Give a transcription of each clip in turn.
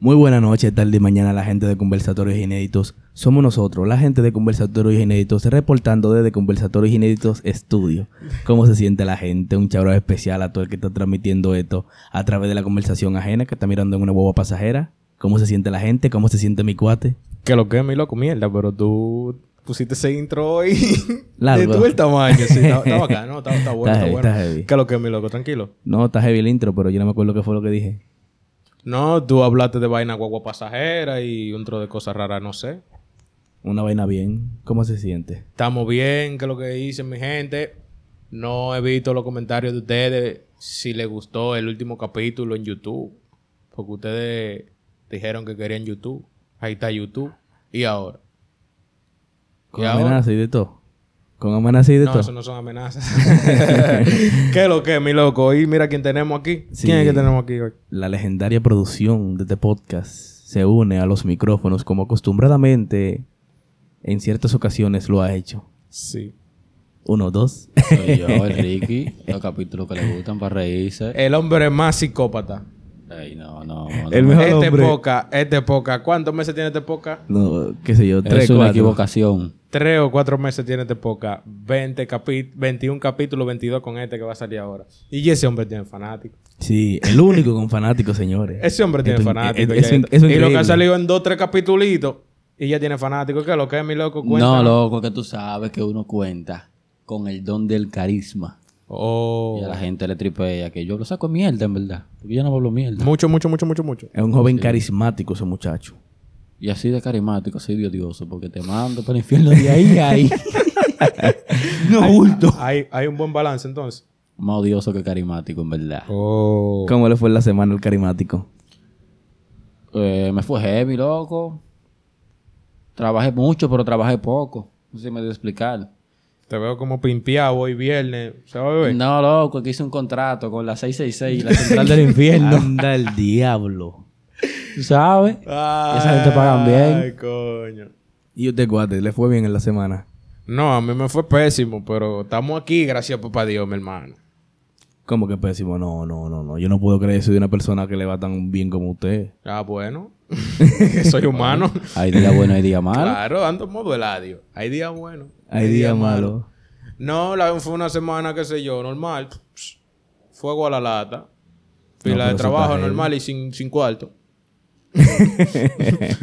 Muy buena noche, tarde y mañana, la gente de Conversatorios Inéditos. Somos nosotros, la gente de Conversatorios Inéditos, reportando desde Conversatorios Inéditos Estudio. ¿Cómo se siente la gente? Un chabro especial a todo el que está transmitiendo esto a través de la conversación ajena que está mirando en una boba pasajera. ¿Cómo se siente la gente? ¿Cómo se siente mi cuate? Que lo que es mi loco, mierda, pero tú pusiste ese intro hoy. Largo. De todo el tamaño, sí. Está, está bacano, está, está bueno, Está está, heavy, bueno. está heavy. Que lo que es mi loco, tranquilo. No, está heavy el intro, pero yo no me acuerdo qué fue lo que dije. No, tú hablaste de vaina guagua pasajera y un tro de cosas raras, no sé. Una vaina bien. ¿Cómo se siente? Estamos bien, que lo que dicen mi gente. No he visto los comentarios de ustedes si les gustó el último capítulo en YouTube. Porque ustedes dijeron que querían YouTube. Ahí está YouTube. ¿Y ahora? Con ¿Y ahora? amenaza y de todo. Con amenaza y de No, todo. eso no son amenazas. ¿Qué es lo que, mi loco? Y mira quién tenemos aquí. Sí. ¿Quién es que tenemos aquí hoy? La legendaria producción de este podcast se une a los micrófonos como acostumbradamente en ciertas ocasiones lo ha hecho. Sí. Uno, dos. Soy yo, el Ricky. Los capítulos que le gustan para reírse. El hombre más psicópata. Ay, no, no. El no. mejor Este hombre. poca, este poca. ¿Cuántos meses tiene este poca? No, qué sé yo, tres, Es una cuatro. equivocación. Tres o cuatro meses tiene este poca. 20 capi- 21 capítulos, 22 con este que va a salir ahora. Y ese hombre tiene fanático. Sí, el único con fanáticos, señores. Ese hombre tiene Esto- fanático. es- es- ya. es- es y lo que increíble. ha salido en dos, tres capítulos y ya tiene fanático. ¿Qué es lo que es, mi loco? No, Cuéntanos. loco, que tú sabes que uno cuenta con el don del carisma. Oh. Y a la gente le tripea que yo lo saco mierda, en verdad. Porque yo no hablo mierda. Mucho, mucho, mucho, mucho, mucho. Es un joven carismático ese muchacho. Y así de carismático, así de odioso, porque te mando para el infierno de ahí a ahí. no bulto. Hay, hay un buen balance entonces. Más odioso que carismático, en verdad. Oh. ¿Cómo le fue en la semana el carismático? Eh, me fue heavy, loco. Trabajé mucho, pero trabajé poco. No sé si me debo explicar. Te veo como pimpeado hoy viernes. ¿Se va a beber? No, loco, que hice un contrato con la 666 y la Central del Infierno. Anda el diablo. ¿Tú sabes? Esa gente pagan bien. Ay, coño. ¿Y usted, cuate, le fue bien en la semana? No, a mí me fue pésimo, pero estamos aquí, gracias papá Dios, mi hermano. ¿Cómo que pésimo? No, no, no, no. Yo no puedo creer eso de una persona que le va tan bien como usted. Ah, bueno. Soy humano. Hay días buenos, hay días malos. Claro, ando en modo heladio. Hay días buenos. Hay días malos. No, la, fue una semana, qué sé yo, normal. Psh, Fuego a la lata. Pila pero de eso trabajo está heavy. normal y sin, sin cuarto.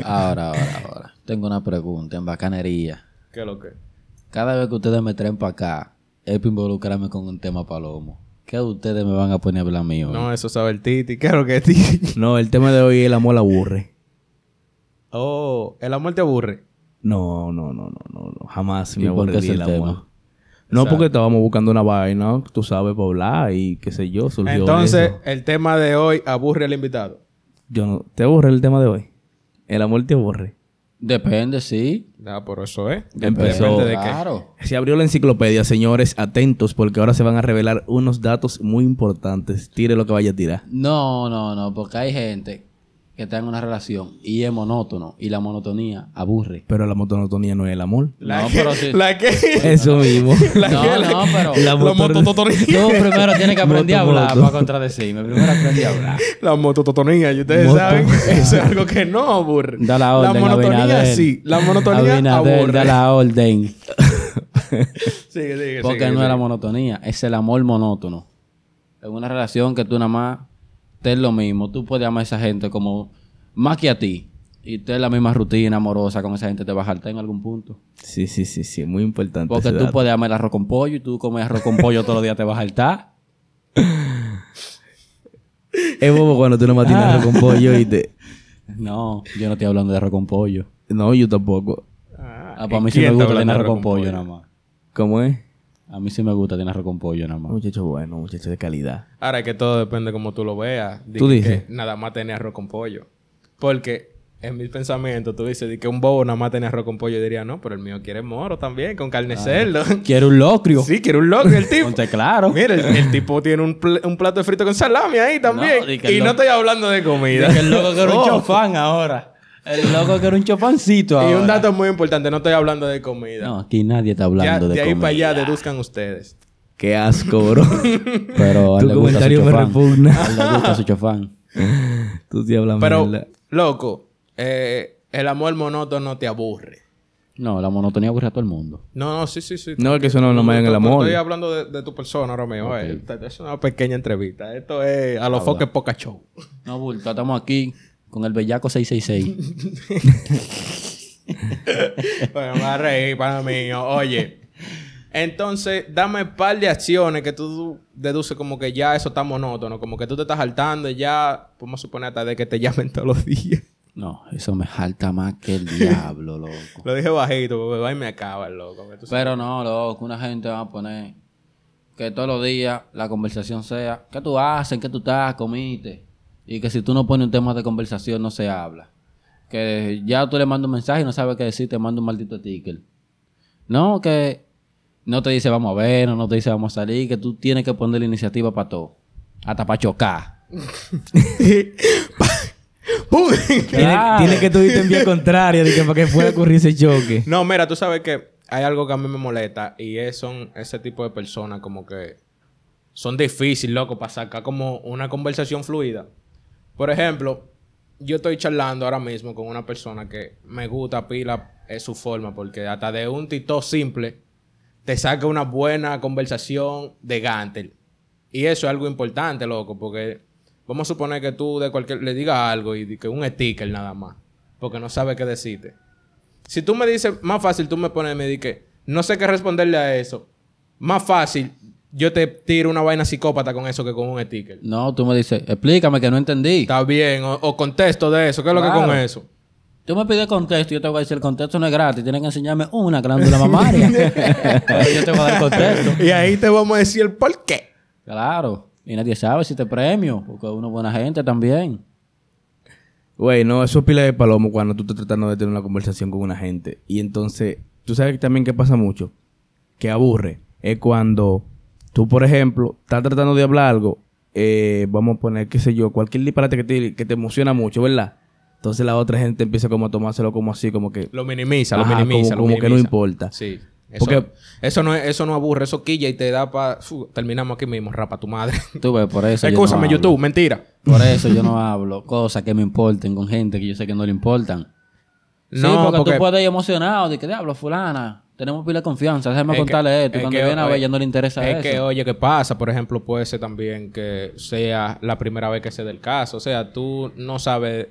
Ahora, ahora, ahora. Tengo una pregunta en bacanería. ¿Qué es lo que? Cada vez que ustedes me traen para acá, es para involucrarme con un tema palomo. ¿Qué ustedes me van a poner a hablar mío? No, eso sabe el Titi. ¿Qué es lo que es Titi? No, el tema de hoy es el amor aburre. Oh, el amor te aburre. No, no, no, no, no, no. jamás ¿Y me por qué aburriría ese el amor. tema? No, porque estábamos buscando una vaina, tú sabes, para hablar y qué sé yo, surgió Entonces, eso. el tema de hoy aburre al invitado. Yo no, te aburre el tema de hoy. El amor te aburre. Depende, sí. Ah, por eso es. Empezó. Depende de qué. claro. Se abrió la enciclopedia, señores, atentos, porque ahora se van a revelar unos datos muy importantes. Tire lo que vaya a tirar. No, no, no, porque hay gente que está en una relación y es monótono y la monotonía aburre. Pero la monotonía no es el amor. La no, que, pero sí. La que... Eso mismo. La no, que- no, pero La Los motor- motototoní- tú primero tienes que aprender a Moto, hablar moto. para contradecirme. Primero aprendí a hablar. La motototonía, y ustedes Moto. saben que eso es algo que no aburre. Da la orden, monotonía Abinader. sí, la monotonía Abinader, aburre. da la orden. Sigue, sigue, Porque sigue, no sigue. es la monotonía, es el amor monótono. Es una relación que tú nada más te es lo mismo. Tú puedes amar a esa gente como más que a ti. Y te es la misma rutina amorosa con esa gente, te vas a hartar en algún punto. Sí, sí, sí, sí, muy importante. Porque ese tú dato. puedes amar el arroz con pollo y tú comes arroz con pollo todos los días te vas a hartar. Es Eh, bobo cuando tú no matinas con pollo y te... No, yo no estoy hablando de arroz con pollo. No, yo tampoco. Ah, Ah, para mí ¿y sí quién me está hablando gusta tener de arroz con pollo nada pollo? más. ¿Cómo es? A mí sí me gusta tener arroz con pollo nada más. Muchacho bueno, muchacho de calidad. Ahora es que todo depende como tú lo veas. Di Tú que dices. nada más tenía arroz con pollo. Porque en mis pensamientos tú dices di que un bobo nada más tenía arroz con pollo. Yo diría, no, pero el mío quiere moro también, con carne de cerdo. Quiero un locrio. sí, quiere un loco el tipo. Ponte claro. Mira, el, el tipo tiene un, pl- un plato de frito con salami ahí también. No, di que y el no loco- estoy hablando de comida. Que el loco que era un Oh. chofán ahora. El loco que era un chofancito ahora. Y un dato muy importante, no estoy hablando de comida. No, aquí nadie está Ya, hablando de, de ahí comida. para allá deduzcan ustedes. Qué asco, bro. Pero a él tu le gusta su comentario me chofán. repugna. A él le gusta su chofán. Tú sí hablas Pero mierda. Loco, eh, el amor monótono te aburre. No, la monotonía aburre a todo el mundo. No, no, sí, sí, sí. No, es que eso no es normal en el amor. Estoy hablando de, de tu persona ahora mismo. eh. Esta- esta Es una pequeña entrevista. Esto es a los foques poca show. No, bulto, estamos aquí con el bellaco 666. Bueno, Pues me voy a reír, para mí. Oye. Entonces, dame un par de acciones que tú deduces como que ya eso está monótono. Como que tú te estás saltando y ya, podemos suponer hasta de que te llamen todos los días. No, eso me jalta más que el diablo, loco. Lo dije bajito, porque va y me acaba el loco. que tú sabes. Pero no, loco, una gente va a poner que todos los días la conversación sea, ¿qué tú haces? ¿Qué tú estás? ¿Comiste? Y que si tú no pones un tema de conversación no se habla. Que ya tú le mandas un mensaje y no sabes qué decir, te manda un maldito ticket. No, que no te dice vamos a ver, no, no te dice vamos a salir, que tú tienes que poner la iniciativa para todo. Hasta para chocar. ¡Pum! Tiene, Claro. tiene que tuviste en vía contraria de que para que pueda ocurrir ese choque. No, mira, tú sabes que hay algo que a mí me molesta y es, son ese tipo de personas como que son difíciles, loco, para sacar como una conversación fluida. Por ejemplo, yo estoy charlando ahora mismo con una persona que me gusta pila es su forma, porque hasta de un tito simple te saca una buena conversación de Gantel. Y eso es algo importante, loco, porque vamos a suponer que tú de cualquier le digas algo y di- que un sticker nada más, porque no sabes qué decirte. Si tú me dices, más fácil, tú me pones, me dices, no sé qué responderle a eso. Más fácil, yo te tiro una vaina psicópata con eso que con un sticker. No, tú me dices, explícame que no entendí. Está bien, o, o contexto de eso, ¿qué es lo que Claro. con eso? Tú me pides contexto y yo te voy a decir, el contexto no es gratis, tienes que enseñarme una glándula mamaria. Pero yo te voy a dar el contexto. Y ahí te vamos a decir el por qué. Claro. Y nadie sabe si te premio, porque uno es buena gente también. Güey, no, eso es pila de palomo cuando tú estás tratando de tener una conversación con una gente. Y entonces, tú sabes también que pasa mucho, que aburre, es cuando tú, por ejemplo, estás tratando de hablar algo, eh, vamos a poner, qué sé yo, cualquier disparate que te, que te emociona mucho, ¿verdad? Entonces la otra gente empieza como a tomárselo como así, como que... Lo minimiza, lo Ajá, minimiza. como- lo como que no minimiza. importa. Sí. Eso, Porque- eso, no, es- eso no aburre, eso quilla y te da para... Terminamos aquí mismo, rapa tu madre. Tú ves, por eso. yo no Escúchame, hablo. YouTube, mentira. Por eso yo no hablo cosas que me importen con gente que yo sé que no le importan. sí, porque, tú puedes ir emocionado de que diablo, fulana, tenemos pila de confianza, déjame Es que- contarle esto. Y es cuando que, viene a ver, oye, ya no le interesa es eso. que, oye, ¿qué pasa? Por ejemplo, puede ser también que sea la primera vez que se dé el caso. O sea, tú no sabes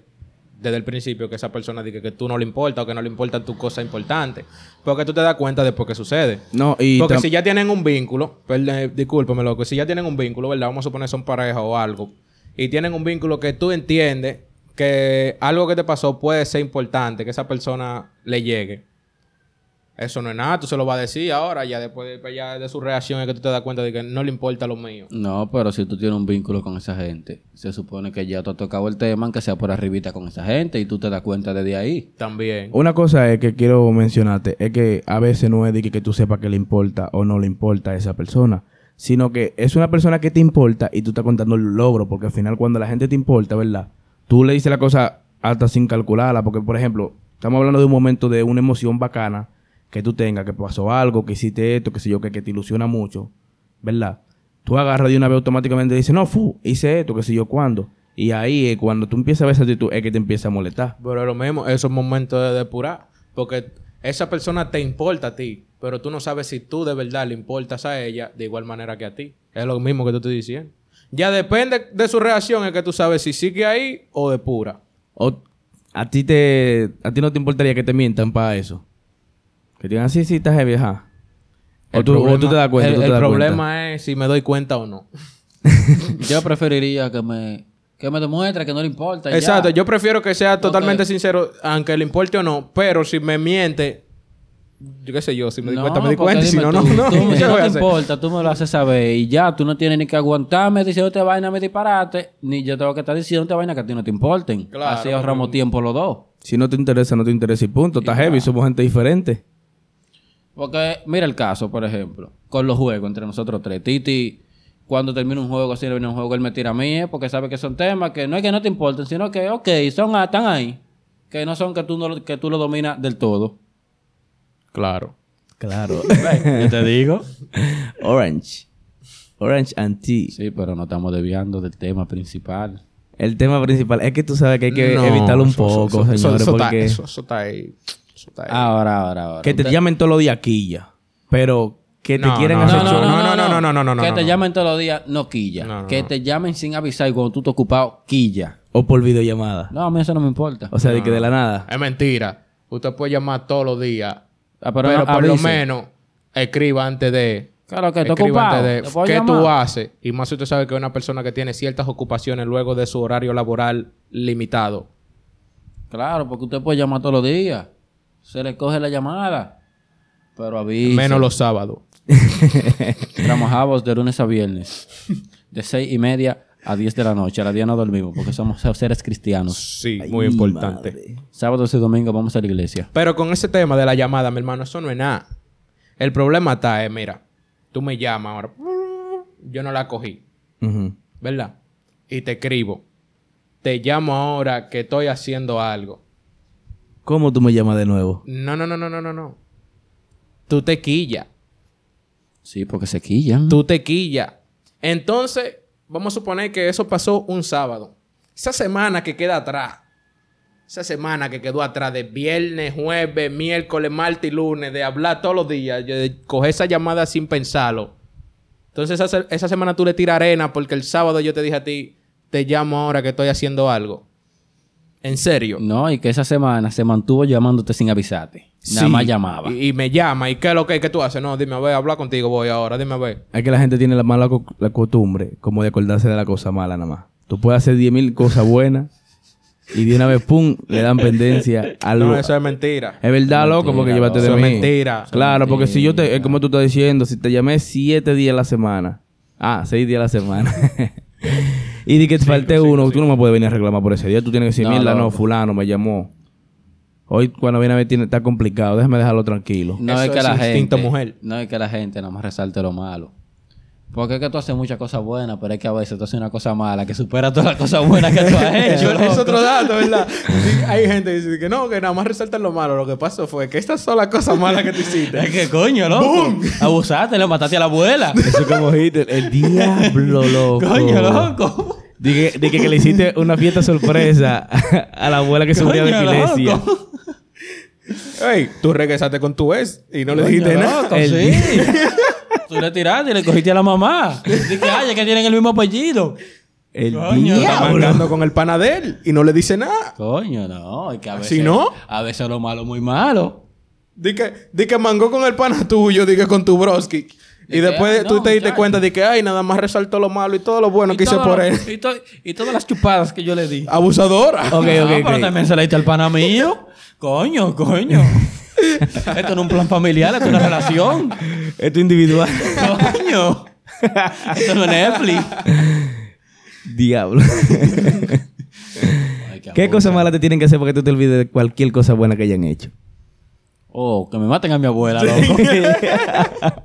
desde el principio que esa persona diga que tú no le importa o que no le importan tus cosas importantes. Porque tú te das cuenta después que sucede. No, y... Porque tam- si ya tienen un vínculo, perdón, discúlpame, loco, si ya tienen un vínculo, ¿verdad? Vamos a suponer son pareja o algo, y tienen un vínculo que tú entiendes que algo que te pasó puede ser importante, que esa persona le llegue. Eso no es nada, tú se lo vas a decir ahora, ya después de, pues, ya de su reacción es que tú te das cuenta de que no le importa lo mío. No, pero si tú tienes un vínculo con esa gente, se supone que ya tú has tocado el tema, aunque sea por arribita con esa gente, y tú te das cuenta desde ahí. También. Una cosa es que quiero mencionarte es que a veces no es de que, que tú sepas que le importa o no le importa a esa persona, sino que es una persona que te importa y tú estás contando el logro, porque al final cuando la gente te importa, ¿verdad? Tú le dices la cosa hasta sin calcularla, porque por ejemplo, estamos hablando de un momento de una emoción bacana que tú tengas, que pasó algo, que hiciste esto, que sé yo, que, que te ilusiona mucho, ¿verdad? Tú agarras de una vez automáticamente y dices, no, fu, hice esto, que sé yo, cuándo. Y ahí es cuando tú empiezas a ver esa actitud, es que te empieza a molestar. Pero lo mismo, esos momentos de depurar. Porque esa persona te importa a ti, pero tú no sabes si tú de verdad le importas a ella de igual manera que a ti. Es lo mismo que tú estoy diciendo. Ya depende de su reacción, es que tú sabes si sigue ahí o depura. O a ti te a ti no te importaría que te mientan para eso. Que te digan, "Ah, sí, sí, estás heavy, ajá". O El tú, o problema- tú te das cuenta. El, tú te el das problema cuenta. es si me doy cuenta o no. Yo preferiría que me, que me demuestre que no le importa. y ya. Exacto, yo prefiero que sea totalmente Ok. sincero, aunque le importe o no, pero si me miente, yo qué sé yo, si me di cuenta, me di porque cuenta, y si no, dime no, tú, no. tú, ¿qué si no voy a te hacer? importa, tú me lo haces saber y ya tú no tienes ni que aguantarme diciéndote vaina, me disparate, ni yo tengo que estar diciéndote vaina que a ti no te importen. Claro, Así ahorramos tiempo los dos. Si no te interesa, no te interesa y punto. Estás heavy, somos gente diferente. Porque mira el caso, por ejemplo, con los juegos entre nosotros tres. Titi, cuando termina un juego, si le viene un juego, él me tira a mí, eh, porque sabe que son temas que no es que no te importen, sino que, ok, son, ah, están ahí. Que no son que tú, no, lo- que tú lo dominas del todo. Claro. Claro. Yo te digo. Orange. Orange and tea. Sí, pero no estamos desviando del tema principal. El tema principal es que tú sabes que hay que No, evitarlo un eso- poco, eso- eso- señores, eso está- porque Eso eso está ahí. Eso está ahí. Ahora, ahora, ahora. que te Usted- llamen todos los días aquí ya. Pero que te No, quieren no, hacer no, show. no, no, no, no, no, no, Que no, te no. llamen todos los días, no quilla. No, no, que no. te llamen sin avisar y cuando tú estás ocupado, quilla. o por videollamada. No, a mí eso no me importa. O sea, de que de la nada. Es mentira. Usted puede llamar todos los días. Ah, Pero, no por lo avise. menos escriba antes de. Claro que estoy escriba ocupado. antes de- Te puedo ¿Qué llamar. tú haces? Y más si usted sabe que es una persona que tiene ciertas ocupaciones luego de su horario laboral limitado. Claro, porque usted puede llamar todos los días. Se le coge la llamada. Pero avisa. Menos los sábados. Trabajamos de lunes a viernes. De seis y media a 10 de la noche. A la día no dormimos porque somos seres cristianos. Sí, muy importante. Sábados y domingos vamos a la iglesia. Pero con ese tema de la llamada, mi hermano, eso no es nada. El problema está, es, mira, tú me llamas ahora. Yo no la cogí, Ujú. ¿verdad? Y te escribo. Te llamo ahora que estoy haciendo algo. ¿Cómo tú me llamas de nuevo? No, no, no, no, no, no, no. Tú te quillas. Sí, porque se quillan. Tú te quillas. Entonces, vamos a suponer que eso pasó un sábado. Esa semana que queda atrás. Esa semana que quedó atrás de viernes, jueves, miércoles, martes y lunes, de hablar todos los días, de coger esa llamada sin pensarlo. Entonces, esa, se- esa semana tú le tiras arena porque el sábado yo te dije a ti, te llamo ahora que estoy haciendo algo. En serio. No, y que esa semana se mantuvo llamándote sin avisarte. Nada Sí. más llamaba. Y, y me llama. ¿Y qué es lo que, que tú haces? No, dime a ver, habla contigo, voy ahora, dime a ver. Es que la gente tiene la mala co- la costumbre como de acordarse de la cosa mala nada más. Tú puedes hacer 10.000 cosas buenas y de una vez, pum, le dan pendencia al... No, eso es mentira. Es verdad, loco, porque mentira, llévate de loco. mí. Eso es mentira. Claro, porque si yo te... Es como tú estás diciendo, si te llamé siete días a la semana. Ah, seis días a la semana. y di que te falte uno, tú no me puedes venir a reclamar por ese día. Tú tienes que decir, No, mierda, no, loco. fulano me llamó. Hoy cuando viene a ver tiene- está complicado, déjame dejarlo tranquilo. No Eso es que es la instinto gente, mujer. No es que la gente nada más resalte lo malo. Porque es que tú haces muchas cosas buenas, pero es que a veces tú haces una cosa mala que supera todas las cosas buenas que tú has hecho. Yo- es loco. otro dato, ¿verdad? Sí, hay gente que dice que no, que nada más resaltan lo malo. Lo que pasó fue que estas son las cosas malas que tú hiciste. Es que coño, loco. Abusaste, le mataste a la abuela. Eso es como Hitler, el diablo, loco. coño, loco. Dije, dije que le hiciste una fiesta sorpresa a la abuela que se murió de Coño, epilepsia. loco. Ey, tú regresaste con tu ex y no le dijiste Coño, nada. loco, El sí. Tú le tiraste y le cogiste a la mamá. Dije, ay, es que tienen el mismo apellido. El Coño, Está diablo. mangando con el pana de él y no le dice nada. Coño, no. Es que a veces, Si no- A veces lo malo es muy malo. Di que, di que mangó con el pana tuyo, di que con tu broski. Y que, después ah, tú no, te diste muchacho. cuenta de que, ay, nada más resaltó lo malo y todo lo bueno que hice todo por lo- él. Y, to- y todas las chupadas que yo le di. Abusadora. Ok, Ah, ok, pero ok. también se la diste al pana mío. Coño, coño. esto no es un plan familiar, esto es una relación. Esto individual. Coño. Esto no es Netflix. diablo. Ay, ¿Qué amor. cosa mala te tienen que hacer para que tú te olvides de cualquier cosa buena que hayan hecho? Oh, que me maten a mi abuela, loco.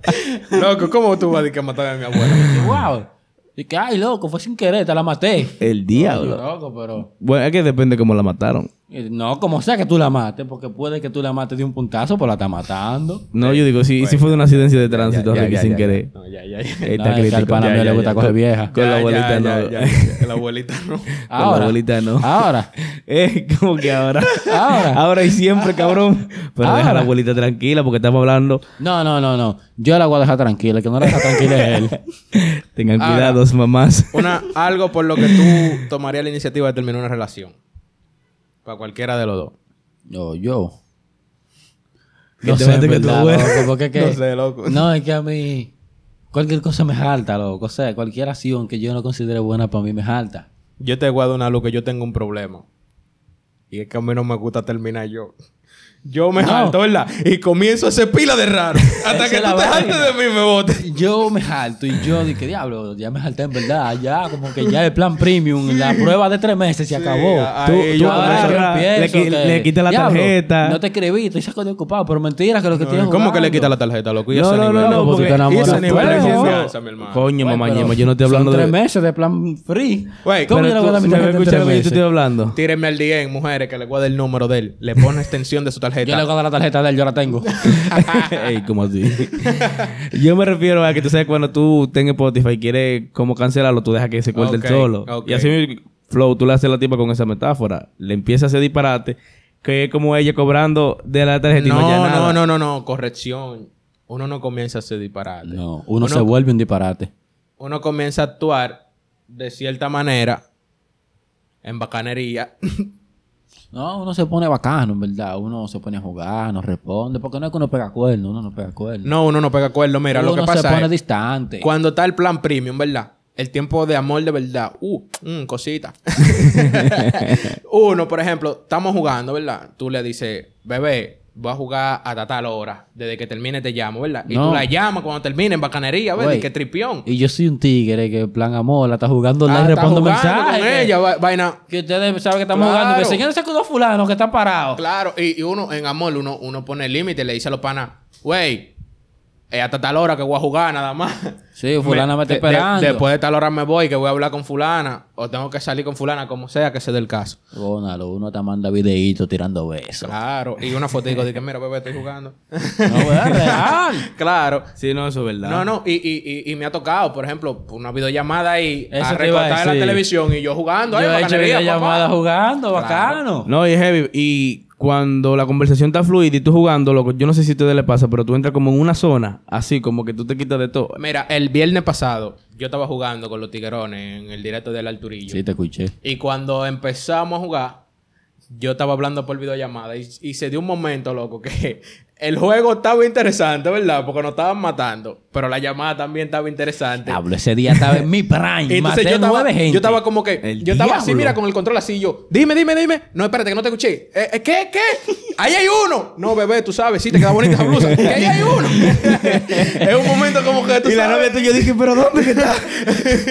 Loco, ¿cómo tú vas a decir que matar a mi abuela? wow. Y que, ay, loco, fue sin querer, te la maté. El Coño, diablo. loco, pero... Bueno, es que depende cómo la mataron. eh, No, como sea que tú la mates, porque puede que tú la mates de un puntazo, pero la estás matando. No, yo digo, si, si fue de un accidente de tránsito, Ricky, sin querer. No, ya, ya, ya. Está No, es que crítico. al pana Ya, mío ya, le gusta ya. coger vieja. Con la Ya, abuelita ya, no. ya, ya, ya. La abuelita no. la abuelita no. Ahora. Eh, como que ahora. Ahora. Ahora y siempre, cabrón. Pero deja a la Ahora. abuelita tranquila porque estamos hablando. No, no, no, no. Yo la voy a dejar tranquila. El que no la deja tranquila es él. Tengan Ahora. cuidado, mamás. Una, algo por lo que tú tomarías la iniciativa de terminar una relación. Para cualquiera de los dos. Yo, yo. Y te mate en que tu verdad, abuela. loco, porque es que- No sé, loco. No, es que a mí... Cualquier cosa me jalta, loco. O sea, cualquier acción que yo no considere buena para mí me jalta. Yo te guardo una luz que yo tengo un problema. Y es que a mí no me gusta terminar yo. Yo me No. jalto, ¿verdad? Y comienzo a hacer pila de raro. Hasta Esa que es tú la te vaina. jaltes de mí, me botes. Yo me jalto y yo dije, diablo, ya me jalté en verdad. Ya, como que ya el plan premium, la prueba de tres meses se acabó. a- Tú, ahí tú yo agarras, le, empiezo qui- que, le quitas la "Diablo, tarjeta. No te escribí, estoy saco de ocupado, pero mentira que lo que tienes. ¿Cómo que le quita la tarjeta, loco? No, Y ese no, nivel. no, no, porque tú te porque enamoras. ese nivel de Bueno, confianza, mi hermano. Coño, mamá ñema, yo no estoy te hablando son de... tres meses de plan free. Güey, ¿Cómo Pero yo le voy a dar tú- mi ¿sabes tarjeta en escucha tres lo que yo te meses? estoy hablando? Tírenme al DM, mujeres, que le guarde el número de él. Le pone extensión de su tarjeta. Yo le voy a dar la tarjeta de él, yo la tengo. Ey, como así. Yo me refiero a que tú sabes cuando tú tengas Spotify y quieres como cancelarlo, tú dejas que se corte Ok, el solo. ok. Y así Flow, tú le haces la tipa con esa metáfora. Le empieza a hacer disparate, que es como ella cobrando de la tarjeta y no, halla No, nada. no, no, no, no, corrección. Uno no comienza a hacer disparate. No, uno, se vuelve un disparate. Uno comienza a actuar de cierta manera en bacanería. Mm. No, uno se pone bacano, en verdad. Uno se pone a jugar, no responde. Porque no es que uno pega cuerno, uno no pega cuerno. No, uno no pega acuerdo. Mira, lo uno que se pasa pone es distante. cuando está el plan premium, ¿verdad? El tiempo de amor de verdad. Uh, mm, cosita. Uno, por ejemplo, estamos jugando, ¿verdad? Tú le dices, bebé, voy a jugar hasta tal hora. Desde que termine te llamo, ¿verdad? Y No. tú la llamas cuando termine en bacanería, ¿verdad? Güey. Y que tripión. Y yo soy un tigre que, en plan amor, la está jugando Ah, online, está respondo jugando mensajes. Con ella, va- vaina. Que ustedes saben que estamos Claro. jugando. Y que señores, sacudo a fulano que está parado. Claro, y, y uno en amor, uno, uno pone límite, le dice a los panas, wey, es hasta tal hora que voy a jugar nada más. Sí, fulana me está de- de- esperando. después de tal hora me voy, que voy a hablar con fulana, o tengo que salir con fulana, como sea que se dé el caso. Gónalo, uno te manda videíto tirando besos. Claro, y una fotico de que mira, bebé, estoy jugando. No, es real. claro. Sí, no, eso es verdad. No, no, y, y, y, y me ha tocado, por ejemplo, una videollamada y Eso a te iba a recortar en la decir. televisión y yo jugando. ahí, Yo he hecho bacanería, papá. videollamadas jugando, bacano. No, y es heavy. Y cuando la conversación está fluida y tú jugando, loco, yo no sé si a ustedes le pasa, pero tú entras como en una zona, así, como que tú te quitas de todo. Mira, el viernes pasado yo estaba jugando con los tiguerones en el directo del Alturillo. Sí, te escuché. Y cuando empezamos a jugar, yo estaba hablando por videollamada y, y se dio un momento, loco, que el juego estaba interesante, ¿verdad? Porque nos estaban matando, pero la llamada también estaba interesante. Hablo, ese día estaba en mi prime. Y entonces Maté yo estaba, nueve gente. yo estaba como que, El yo estaba así, diablo. mira, con el control así, yo, dime, dime, dime. No, espérate, que no te escuché. Eh, eh, ¿Qué? ¿Qué? Ahí hay uno. No, bebé, tú sabes, sí, te queda bonita esa blusa. Que ahí hay uno. es un momento como que tú Y la novia sabes. tuya dije, pero ¿dónde que está?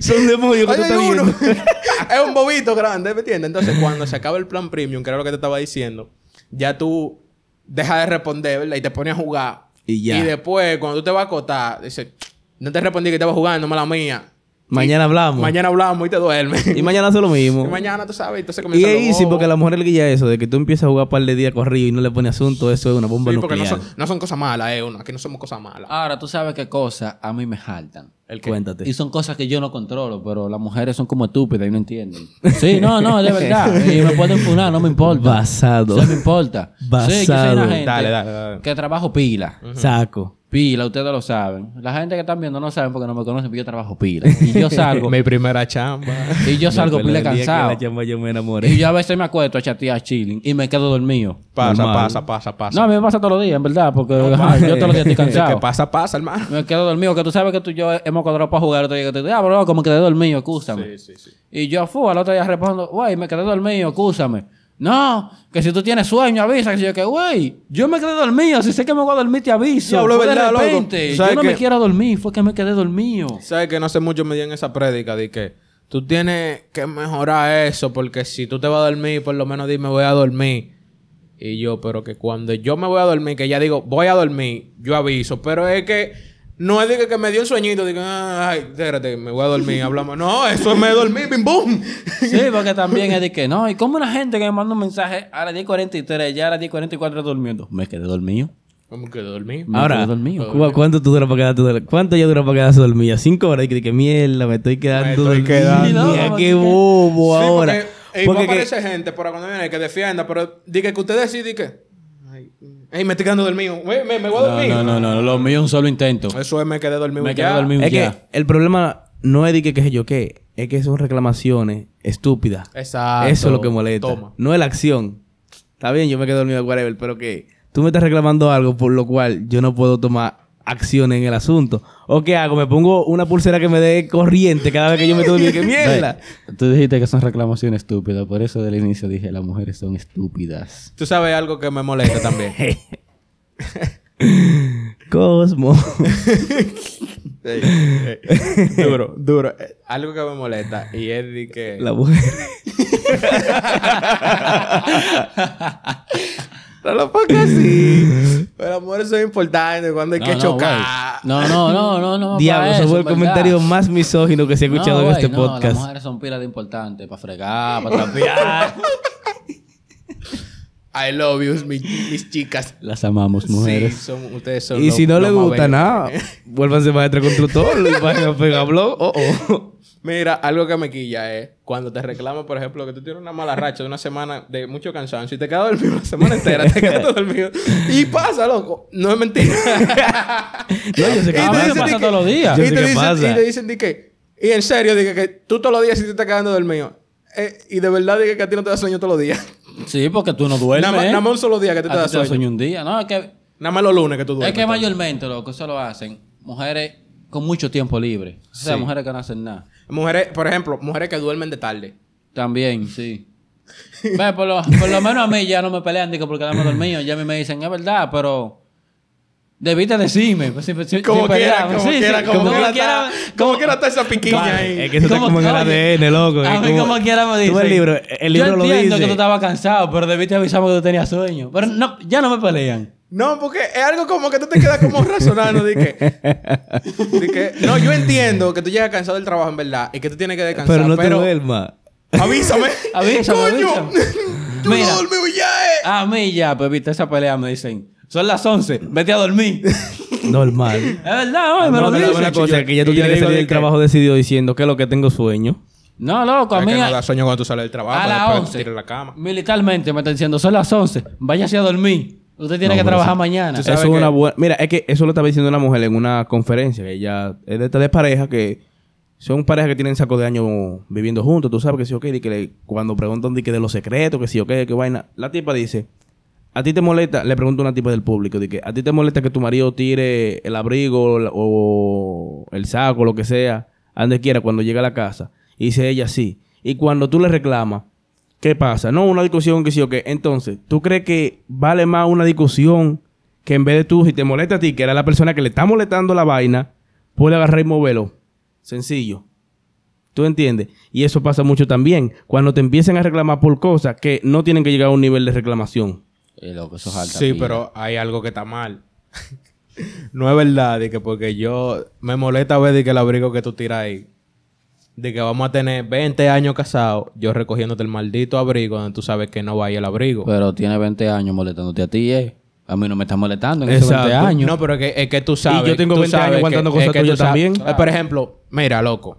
Son demonios que Ahí tú estás hay uno. viendo. es un bobito grande, ¿me entiendes? Entonces, cuando se acaba el plan premium, que era lo que te estaba diciendo, ya tú dejas de responder, ¿verdad? Y te pones a jugar. Y ya. Y después, cuando tú te vas a acotar, dices, no te respondí que estaba jugando, mala mía. Mañana hablamos. Mañana hablamos y te duermes. Y mañana hace lo Y mismo. mañana, tú sabes, Y entonces comienza es lo easy bobo. porque la mujer le guía eso, de que tú empiezas a jugar par de días corrido y no le pones asunto, eso es una bomba Sí, porque nuclear. no son, no son cosas malas, eh, uno. Aquí no somos cosas malas. Ahora, tú sabes qué cosas a mí me jaltan. Ah, El que- Cuéntate. Y son cosas que yo no controlo, pero las mujeres son como estúpidas y no entienden. Sí, no, no, de verdad. Y me pueden funar, no me importa. Basado. No me importa. Sí, yo soy Basado. una gente Dale, dale, dale. que trabajo pila. Saco. Pila, ustedes lo saben. La gente que están viendo no saben porque no me conocen, pero yo trabajo pila. Y yo salgo, Mi primera chamba. y yo Me salgo acuerdo pila el día que cansado. la chamba yo me enamoré. Y yo a veces me acuesto a chatear chilling y me quedo dormido. Pasa, Normal. pasa, pasa, pasa. No, a mí me pasa todos los días, en verdad, porque ajá, yo todos los días estoy El que cansado. pasa, pasa, hermano. Me quedo dormido, que tú sabes que tú y yo hemos cuadrado para jugar. El otro día que te digo, ah, bro, como quedé dormido, excúsame. Y yo, fu, al otro día respondo, güey, me quedé dormido, excúsame. No, que si tú tienes sueño, avisa. Que si yo, que, güey, yo me quedé dormido. Si sé que me voy a dormir, te aviso. Diablo, Fue de ¿verdad, loco? repente. ¿Sabes Yo no qué? me quiero dormir, fue que me quedé dormido. ¿Sabes que no hace mucho me di en esa prédica de que tú tienes que mejorar eso porque si tú te vas a dormir, por lo menos dime voy a dormir. Y yo, pero que cuando yo me voy a dormir, que ya digo voy a dormir, yo aviso. Pero es que no es de que, que me dio un sueñito, digo, ay, espérate, me voy a dormir, hablamos. No, eso es me dormí, bim, bum. Sí, porque también es de que no. ¿Y como una gente que me manda un mensaje a las 10.43, ya a las 10.44 durmiendo? Me quedé dormido. ¿Cómo que dormí? Me Ahora, quedé dormido. ¿cu- ¿cuánto tú duras para quedarte dormida? ¿Cuánto ya dura para quedarse dormida? Cinco horas y que, que mierda, me estoy quedando Me estoy dormida. quedando. Mira, No, qué porque- bobo Sí, ahora. Porque, y va a Porque que- aparecer gente para cuando viene que defienda, pero dije que ustedes sí, di que. Ay, mm, ey, me estoy quedando dormido. Güey, Me, me voy a No, dormir. no, no, no, lo mío es un solo intento. Eso es me quedé dormido. Me ya. quedé dormido es ya. que el problema no es de que qué sé yo qué, es que son reclamaciones estúpidas. Exacto. Eso es lo que molesta. Toma. No es la acción. Está bien, yo me quedo dormido, whatever, pero que tú me estás reclamando algo por lo cual yo no puedo tomar acción en el asunto. ¿O qué hago? Me pongo una pulsera que me dé corriente cada vez que yo me estoy dormido. ¡Qué mierda! Ve, Tú dijiste que son reclamaciones estúpidas, por eso del inicio dije las mujeres son estúpidas. Tú sabes algo que me molesta también. Cosmo. duro, duro. Eh, Algo que me molesta y es de que. La mujer. No lo pongas así. Pero amor, eso es importante. Cuando hay que chocar. No, no, no, no, no. Diablo, para eso fue el ¿verdad? comentario más misógino que se ha No, escuchado en güey, este no, Las podcast. mujeres son pilas de importantes para fregar, para trapear. I love you, mis, mis chicas. las amamos, Sí, mujeres. son, ustedes son. Y lo- si no le lo más gusta bello. este nada, vuélvanse maestro constructor y vayan a pegar blog. Oh, oh. Mira, algo que me quilla es cuando te reclamas, por ejemplo, que tú tienes una mala racha de una semana de mucho cansancio y te quedas dormido la semana entera, te quedas dormido. Y pasa, loco. No es mentira. No, yo sé que Ah, Y te pasa. dicen pero pasa di que- todos los días. Yo Y sé te que dicen- pasa. y te dicen di que... Y en serio, dije que tú todos los días sí te estás quedando dormido. Eh, y de verdad dije que a ti no te da sueño todos los días. Sí, porque tú no duermes. Nada más- nada más un solo día que eh. A te, ti te da sueño. un día. No, es que Nada más los lunes que tú duermes. Es que mayormente, loco, eso lo hacen mujeres con mucho tiempo libre. O sea, Sí. mujeres que no hacen nada. Mujeres, por ejemplo, mujeres que duermen de tarde. También, sí. Ve, por, lo, por lo menos a mí ya no me pelean digo, porque quedarme dormido. Ya a mí me dicen, es verdad, pero debiste decirme. Pues, si- si- Como quiera, si peleamos". como Sí, sí, quiera, como quiera. quiera. está- Como quiera está esa piquiña Vale, ahí. Es que eso está ¿Cómo- como en el oye, ADN, loco. A es mí como quiera me Tú dicen. ves el libro, el libro Yo lo entiendo dice. que tú estabas cansado, pero debiste avisarme que tú tenías sueño. Pero no, ya no me pelean. No, porque es algo como que tú te quedas como razonando de que, de que- No, yo entiendo que tú llegas cansado del trabajo, en verdad, y que tú tienes que descansar, Pero pero... no te duermas. ¡Avísame! Avísame, ¡Coño! avísame. ¡Tú Mira. no dormí ya, eh! A mí ya, pues viste esa pelea, me dicen. Son las 11, vete a dormir. es Normal. verdad, oye, me No, lo no, dice, una dicen. cosa chillo. es que ya Y tú yo tienes que digo salir de del que- trabajo decidido diciendo que es lo que tengo sueño. No, loco, a Es mí que no a, da sueño cuando tú sales del trabajo. a después las te 11. tiras en la cama. Militarmente me están diciendo, son las 11, váyase a dormir. Usted tiene No, que pero trabajar sí. mañana. sabes Eso es que- una buena... Mira, es que eso lo estaba diciendo una mujer en una conferencia. Que ella... Es de tres parejas que... Son parejas que tienen saco de años viviendo juntos. Tú sabes que sí o qué. y que le- cuando preguntan de, que de los secretos, que sí o qué, que vaina. La tipa dice... A ti te molesta... Le pregunto a una tipa del público. De que, ¿A ti te molesta que tu marido tire el abrigo o la- o el saco, lo que sea? a Donde quiera, cuando llega a la casa. Y dice ella sí. Y cuando tú le reclamas... ¿Qué pasa? No, una discusión que sí o qué. Entonces, ¿tú crees que vale más una discusión que en vez de tú, si te molesta a ti, que era la persona que le está molestando la vaina, puede agarrar y moverlo? Sencillo. ¿Tú entiendes? Y eso pasa mucho también. Cuando te empiezan a reclamar por cosas que no tienen que llegar a un nivel de reclamación. Eh, loco, eso es alta Sí, pila. pero hay algo que está mal. no es verdad, de que porque yo me molesta ver de que el abrigo que tú tiras ahí. De que vamos a tener 20 años casados, yo recogiéndote el maldito abrigo donde tú sabes que no va a ir el abrigo. Pero tiene 20 años molestándote a ti, eh. A mí no me está molestando en esos Exacto. 20 años. No, pero es que, es que tú sabes. Y yo tengo tú 20 años sabes aguantando cosas es tú tuyas sabes- también. Eh, Por ejemplo, mira, loco.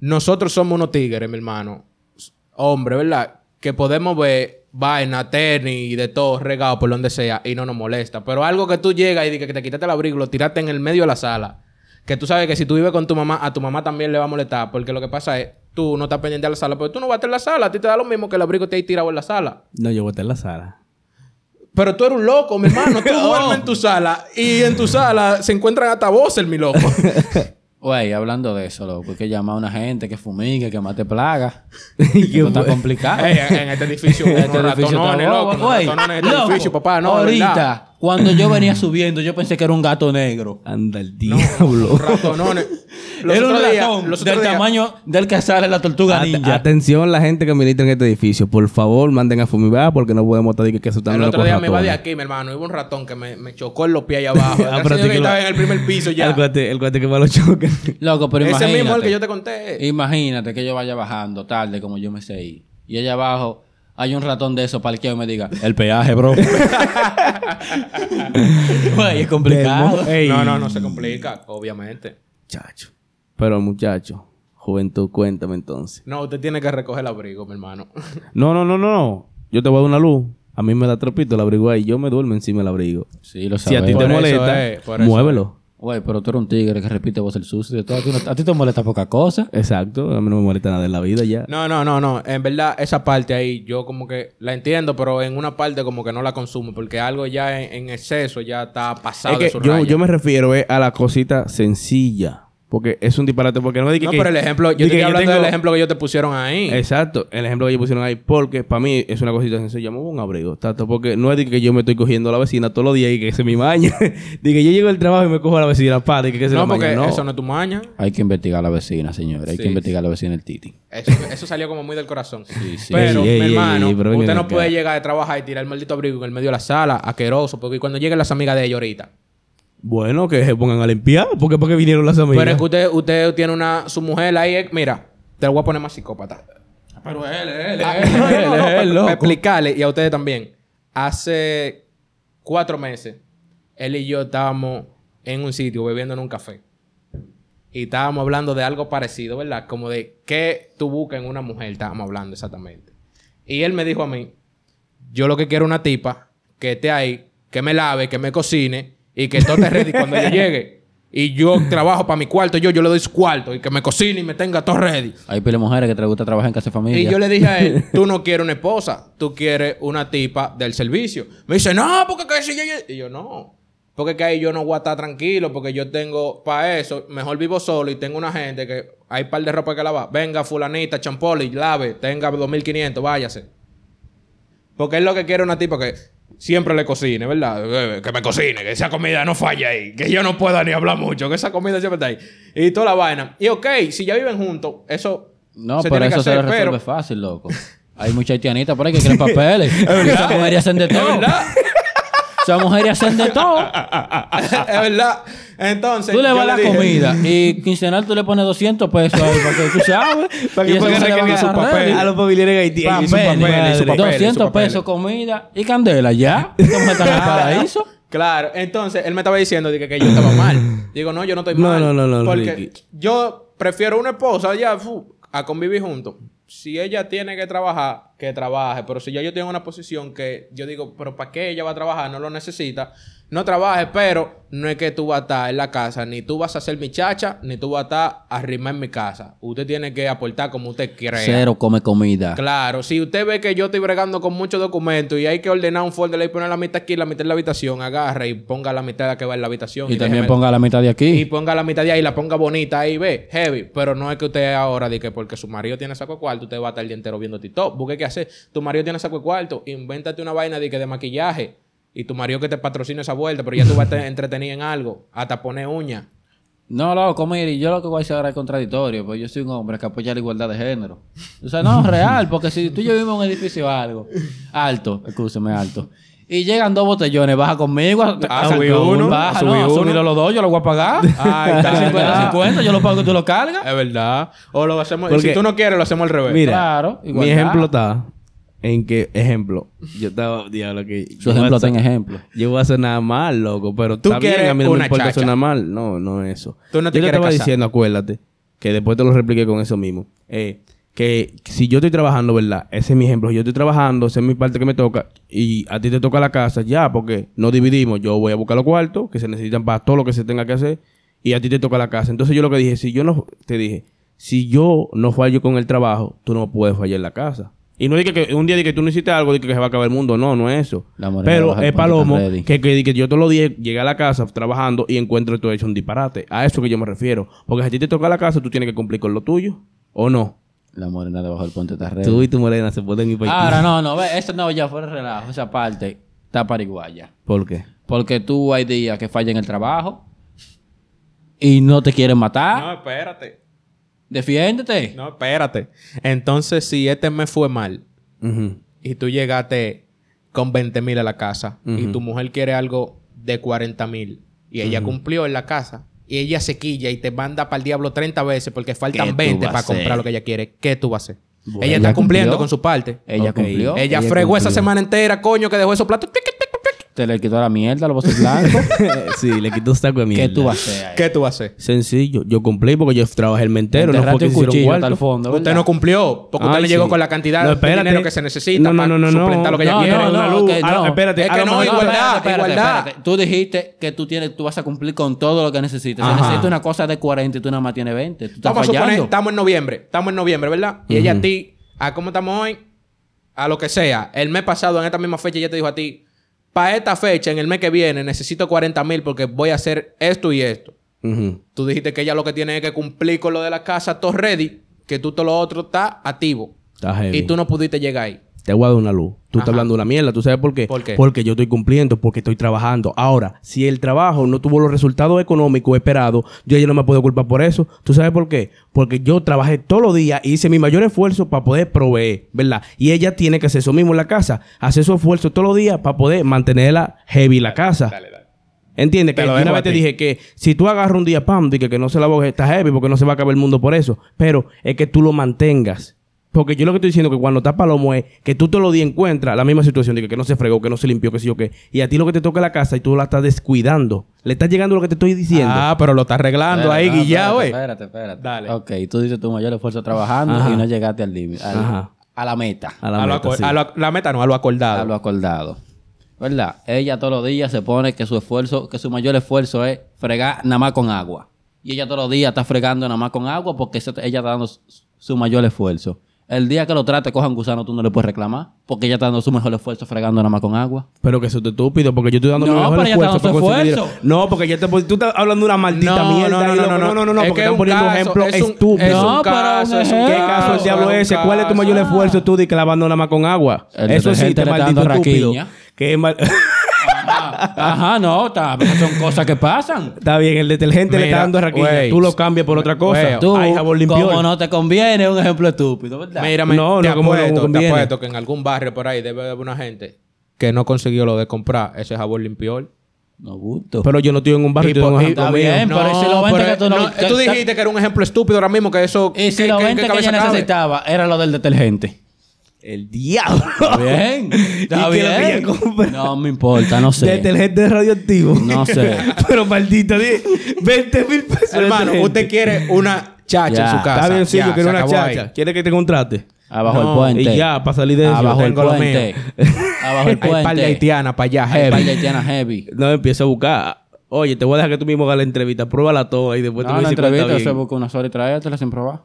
Nosotros somos unos tigres, mi hermano. S- Hombre, ¿verdad? Que podemos ver vaina, tenis y de todo regado por donde sea y no nos molesta. Pero algo que tú llegas y dices que te quitaste el abrigo, lo tiraste en el medio de la sala. Que tú sabes que si tú vives con tu mamá, a tu mamá también le va a molestar. Porque lo que pasa es, tú no estás pendiente de la sala, pero tú no vas a estar en la sala. A ti te da lo mismo que el abrigo te hay tirado en la sala. No, yo voy a estar en la sala. Pero tú eres un loco, mi hermano. Tú duermes en tu sala y en tu sala se encuentran hasta voces, mi loco. Güey, hablando de eso, loco, hay que llamar a una gente que fumigue, que mate plagas. ¿Qué Esto está fue? complicado. Ey, en, en este edificio, En unos este edificio ratonones, está- loco. unos Güey, ratonones en este loco, edificio, papá. No, ahorita, ¿verdad? cuando yo venía subiendo, yo pensé que era un gato negro. Anda el diablo. Ratonones. Los era un otros días- ratón los otros del días- tamaño del que sale la tortuga At- ninja. atención la gente que milita en este edificio. Por favor, manden a fumigar porque no podemos estar que, que El asustando otro con día me iba de ratones. aquí, mi hermano. Iba un ratón que me, me chocó en los pies allá abajo. Ah, Gracias pero a te Dios que que lo- estaba en el primer piso ya. El guate, el guate que va a los choques. Loco, pero Ese imagínate. mismo el que yo te conté. Imagínate que yo vaya bajando tarde como yo me sé ir. Y allá abajo hay un ratón de esos parqueado y me diga, el peaje, bro. Güey, es complicado. Demo- Ey. No, no, no se complica, obviamente. Chacho. Pero muchacho, juventud, cuéntame entonces. No, usted tiene que recoger el abrigo, mi hermano. No, no, no, no, no. Yo te voy a dar una luz. A mí me da tropito el abrigo ahí. Yo me duermo encima del abrigo. Sí, lo Si a ti sabemos. te eso molesta, es, por eso muévelo. Güey, pero tú eres un tigre que repite vos el sucio. y todo. A ti, no- a ti te molesta poca cosa. Exacto. A mí no me molesta nada en la vida ya. No, no, no, no. En verdad, esa parte ahí yo como que la entiendo, pero en una parte como que no la consumo, porque algo ya en, en exceso ya está pasado es que de su yo, raya. yo me refiero eh, a la cosita sencilla. Porque es un disparate. Porque no es de que- No, que- pero el ejemplo, yo de te que estoy hablando tengo- del ejemplo que ellos te pusieron ahí. Exacto, el ejemplo que ellos pusieron ahí, porque para mí es una cosita sencilla, me pongo un abrigo, tanto porque no es de que yo me estoy cogiendo a la vecina todos los días y que se me maña. de que yo llego del trabajo y me cojo a la vecina, para, y que se no, me porque maña. No, eso no es tu maña. Hay que investigar a la vecina, señores. Hay Sí, que investigar a la vecina el Titi. Eso, eso salió como muy del corazón. sí. Pero, Ey, ey, mi ey, hermano, ey, pero vengan usted no acá. puede llegar de trabajar y tirar el maldito abrigo en el medio de la sala, asqueroso, porque cuando lleguen las amigas de ellos ahorita. Bueno, que se pongan a limpiar, porque para qué vinieron las amigas. Pero es que usted, usted tiene una, su mujer ahí, eh, mira, te lo voy a poner más psicópata. Pero él, él, Ah, no, no, no, él, pa- él, pa- loco. pa explicarle y a ustedes también. Hace cuatro meses, él y yo estábamos en un sitio bebiendo en un café. y estábamos hablando de algo parecido, ¿verdad? Como de qué tú buscas en una mujer, estábamos hablando exactamente. Y él me dijo a mí, yo lo que quiero es una tipa que esté ahí, que me lave, que me cocine y que todo esté ready cuando yo llegue. Y yo trabajo para mi cuarto, yo, yo le doy su cuarto y que me cocine y me tenga todo ready. Hay pile mujeres que te gusta trabajar en casa de familia. Y yo le dije a él, tú no quieres una esposa, tú quieres una tipa del servicio. Me dice, no, porque que si yo, yo-". Y yo, no. Porque que ahí yo no voy a estar tranquilo, porque yo tengo para eso, mejor vivo solo y tengo una gente que hay par de ropa que lavar. Venga, fulanita, champoli, lave, tenga 2500, váyase. Porque él lo que quiere es una tipa que siempre le cocine, ¿verdad? Eh, Que- Que me cocine, que esa comida no falle ahí, que yo no pueda ni hablar mucho, que esa comida siempre está ahí. Y toda la vaina. Y ok, si ya viven juntos, eso. No, se pero tiene que eso se hacer, lo resuelve pero- fácil, loco. Hay muchas haitianitas por ahí que quieren papeles. Esas mujeres hacen de Es todo. verdad. Esas mujeres hacen de todo. es verdad. Entonces. Tú le yo vas la dije- comida y quincenal tú le pones 200 pesos ahí para que tú sabes. Para que Y eso puedan se le van escribir a su agarrar. papel. A los familiares en Haití. y su Papeles, papel, madre. su papel. papeles, 200 su papeles. pesos comida y candela ya. ¿Cómo están en el paraíso? Claro, entonces él me estaba diciendo dije, que yo estaba mal. Digo, no, yo no estoy No, mal. no, no, no, Porque Ricky. yo prefiero una esposa ya fu, a convivir juntos. Si ella tiene que trabajar, que trabaje. Pero si ya yo tengo una posición que yo digo, pero ¿para qué ella va a trabajar? No lo necesita. No trabaje, pero no es que tú vas a estar en la casa. Ni tú vas a ser mi chacha, ni tú vas a estar arriba en mi casa. Usted tiene que aportar como usted quiera. Cero come comida. Claro, si usted ve que yo estoy bregando con muchos documentos y hay que ordenar un folder y poner la mitad aquí, la mitad en la habitación, agarra y ponga la mitad que va en la habitación. Y también déjeme- ponga la mitad de y aquí. ponga la mitad de ahí, la ponga bonita ahí, ve, heavy. Pero no es que usted ahora diga que porque su marido tiene saco de cuarto, usted va a estar el día entero viendo TikTok. Busque qué hacer. Tu marido tiene saco de cuarto, invéntate una vaina de que de maquillaje. Y tu marido que te patrocine esa vuelta, pero ya tú vas a estar entretenido en algo. Hasta poner uñas. No, loco, comer. Y yo lo que voy a decir ahora es contradictorio, porque yo soy un hombre que apoya la igualdad de género. O sea, no, real, porque si tú y yo vivimos en un edificio algo, alto, escúchame, alto, y llegan dos botellones, baja conmigo, a- Ah, a- subí a- uno, baja, subí no, uno. subilo los dos, yo los voy a pagar. Ay, está, Está 50, está. 50, yo lo pago y tú lo cargas. Es verdad. O lo hacemos. Porque- si tú no quieres, lo hacemos al revés. Mira, Claro, mi igualdad. ejemplo está en que, ejemplo, yo estaba, diablo, que. yo Su voy ejemplo a- ten ejemplo. Yo voy a sonar mal, loco, pero Tú tú bien, quieres a mí no una me importa chacha. sonar mal. No, no es eso. Tú no te yo quieres estaba casar. diciendo, acuérdate, que después te lo repliqué con eso mismo. eh, que si yo estoy trabajando, ¿verdad? Ese es mi ejemplo. Yo estoy trabajando, esa es mi parte que me toca. Y a ti te toca la casa, ya, porque no dividimos. Yo voy a buscar los cuartos que se necesitan para todo lo que se tenga que hacer. Y a ti te toca la casa. Entonces yo lo que dije, si yo no, te dije, si yo no fallo con el trabajo, tú no puedes fallar en la casa. Y no dije que un día dije que tú no hiciste algo, dije que se va a acabar el mundo. No, no es eso. La morena Pero baja el es puente, palomo está ready. que, que, que yo todos los días llegué a la casa trabajando y encuentro todo hecho un disparate. A eso que yo me refiero. Porque si a ti te toca la casa, tú tienes que cumplir con lo tuyo. ¿O no? La morena debajo del puente está re. Tú y tu morena se pueden ir para Ahora, no, no, ve, eso no, ya fue el relajo. Esa parte está pariguaya. ¿Por qué? Porque tú hay días que fallan el trabajo y no te quieren matar. No, espérate. Defiéndete. No, espérate. Entonces, si este me fue mal Ujú. y tú llegaste con 20 mil a la casa y tu mujer quiere algo de 40 mil y ella cumplió en la casa y ella se quilla y te manda para el diablo 30 veces porque ¿Qué faltan tú 20 vas a para comprar hacer? lo que ella quiere, ¿qué tú vas a hacer? Bueno, ella ella está cumpliendo cumplió. con su parte. Ella Ok. cumplió. ella ella fregó esa cumplió. semana entera, coño, que dejó esos platos. Te le quitó la mierda a los voces blancos. sí, le quito un saco de mierda. ¿Qué tú vas a hacer ahí? ¿Qué tú vas a hacer? Sencillo. Yo cumplí porque yo trabajé el mentero. No fue Enterraste que un hicieron cuchillo hasta cuarto. el fondo, Usted ¿verdad? no cumplió porque usted Ay, le llegó sí. con la cantidad No, de espérate. dinero que se necesita No, no, para no, no, suplentar no. lo que ella No, quiere. no, no, no, Lu- que ah, no. Espérate. Es que a lo no, mejor- igual- igualdad, igualdad. Tú dijiste que tú, tienes, tú vas a cumplir con todo lo que necesitas. Ajá. Se necesita una cosa de 40 y tú nada más tienes 20. Tú estás Vamos a fallando. suponer, estamos en noviembre, estamos en noviembre, ¿verdad? Y ella a ti, a cómo estamos hoy, a lo que sea, el mes pasado, en esta misma fecha, ella te dijo a ti, para esta fecha, en el mes que viene, necesito 40 mil porque voy a hacer esto y esto. Ujú. Tú dijiste que ella lo que tiene es que cumplir con lo de la casa, todo ready, que tú todo lo otro está activo. Está heavy. Y tú no pudiste llegar ahí. Te voy a dar una luz. Tú Ajá. estás hablando una mierda. ¿Tú sabes por qué? ¿Por qué? Porque yo estoy cumpliendo, porque estoy trabajando. Ahora, si el trabajo no tuvo los resultados económicos esperados, yo ya no me puedo culpar por eso. ¿Tú sabes por qué? Porque yo trabajé todos los días y hice mi mayor esfuerzo para poder proveer, ¿verdad? Y ella tiene que hacer eso mismo en la casa. Hacer su esfuerzo todos los días para poder mantenerla heavy la casa. ¿Entiendes? Te Que lo yo dejo una a vez te ti. dije que si tú agarras un día, pam, dije que no se la boje, está heavy porque no se va a acabar el mundo por eso. Pero es que tú lo mantengas. Porque yo lo que estoy diciendo es que cuando está palomo es que tú te lo di encuentras la misma situación, de que, que no se fregó, que no se limpió, que sí o qué. Y a ti lo que te toca es la casa y tú la estás descuidando. Le estás llegando lo que te estoy diciendo. Ah, pero lo está arreglando ahí, eh. Espérate, guillado, güey. Espérate, espérate. Dale. Ok, tú dices tu mayor esfuerzo trabajando Ajá. y no llegaste al límite, al- Ajá. a la meta, A la A lo meta, acor- sí. a lo ac- la meta no, a lo acordado. a lo acordado. ¿Verdad? Ella todos los días se pone que su esfuerzo, que su mayor esfuerzo es fregar nada más con agua. Y ella todos los días está fregando nada más con agua porque eso- ella está dando su- su mayor esfuerzo. El día que lo trate, cojan gusano, tú no le puedes reclamar porque ella está dando su mejor esfuerzo fregando nada más con agua. Pero que eso te estúpido, porque yo estoy dando mi No, mejor pero ya está esfuerzo dando para su conseguir esfuerzo. dinero. No, porque ya te, tú estás hablando de una maldita mierda. y loco, no, no, no, no, porque Es que es están un poniendo un caso, ejemplo es un- estúpido. Es No, un pero caso, un es un ejemplo. ¿Qué caso el diablo es ese? un ¿Cuál es tu mayor caso. esfuerzo tú de que lavando nada más con agua? El Eso sí, detergente te le está maldito dando estúpido. raquiña. Qué mal- Ah, Ajá, no, está- pero son cosas que pasan. Está bien, el detergente le está Mira, dando raquiña. güey. Tú lo cambias por otra cosa. Güey, Tú, Hay jabón limpio. como no te conviene, es un ejemplo estúpido, ¿verdad? Mírame, No, te, no, como no apuesto, te conviene. apuesto que en algún barrio por ahí debe de haber una gente que no consiguió lo de comprar ese jabón limpiol. No gusto. Pero yo no estoy en un barrio, Y yo estoy en por- un y- ejemplo está mío. bien, pero si lo vende que tú no- que- tú dijiste que era un ejemplo estúpido ahora mismo, que eso... y si que- lo que- vente que que, cabeza ella cabe. necesitaba era lo del detergente. El diablo. Está bien. ¿Y Está qué es lo que bien. ella compra? No me importa, no sé. Detergente radioactivo. No sé. pero maldita, 20 mil pesos. de Hermano, detergente. usted quiere una chacha Ya. en su casa. Está bien, sí, Ya, yo quiero se una acabó ahí. chacha. ¿Quiere que te contrate? Abajo No, el puente. Y ya, para salir de eso. Abajo el tengo lo puente. Abajo el Hay puente. par de haitianas para allá, Heavy. Par de heavy. haitianas heavy. No, empieza a buscar. Oye, te voy a dejar que tú mismo hagas la entrevista. Pruébala toda y después Pues tú No, me la dices cuál está entrevista se bien. busca una sola y tráetela sin probar.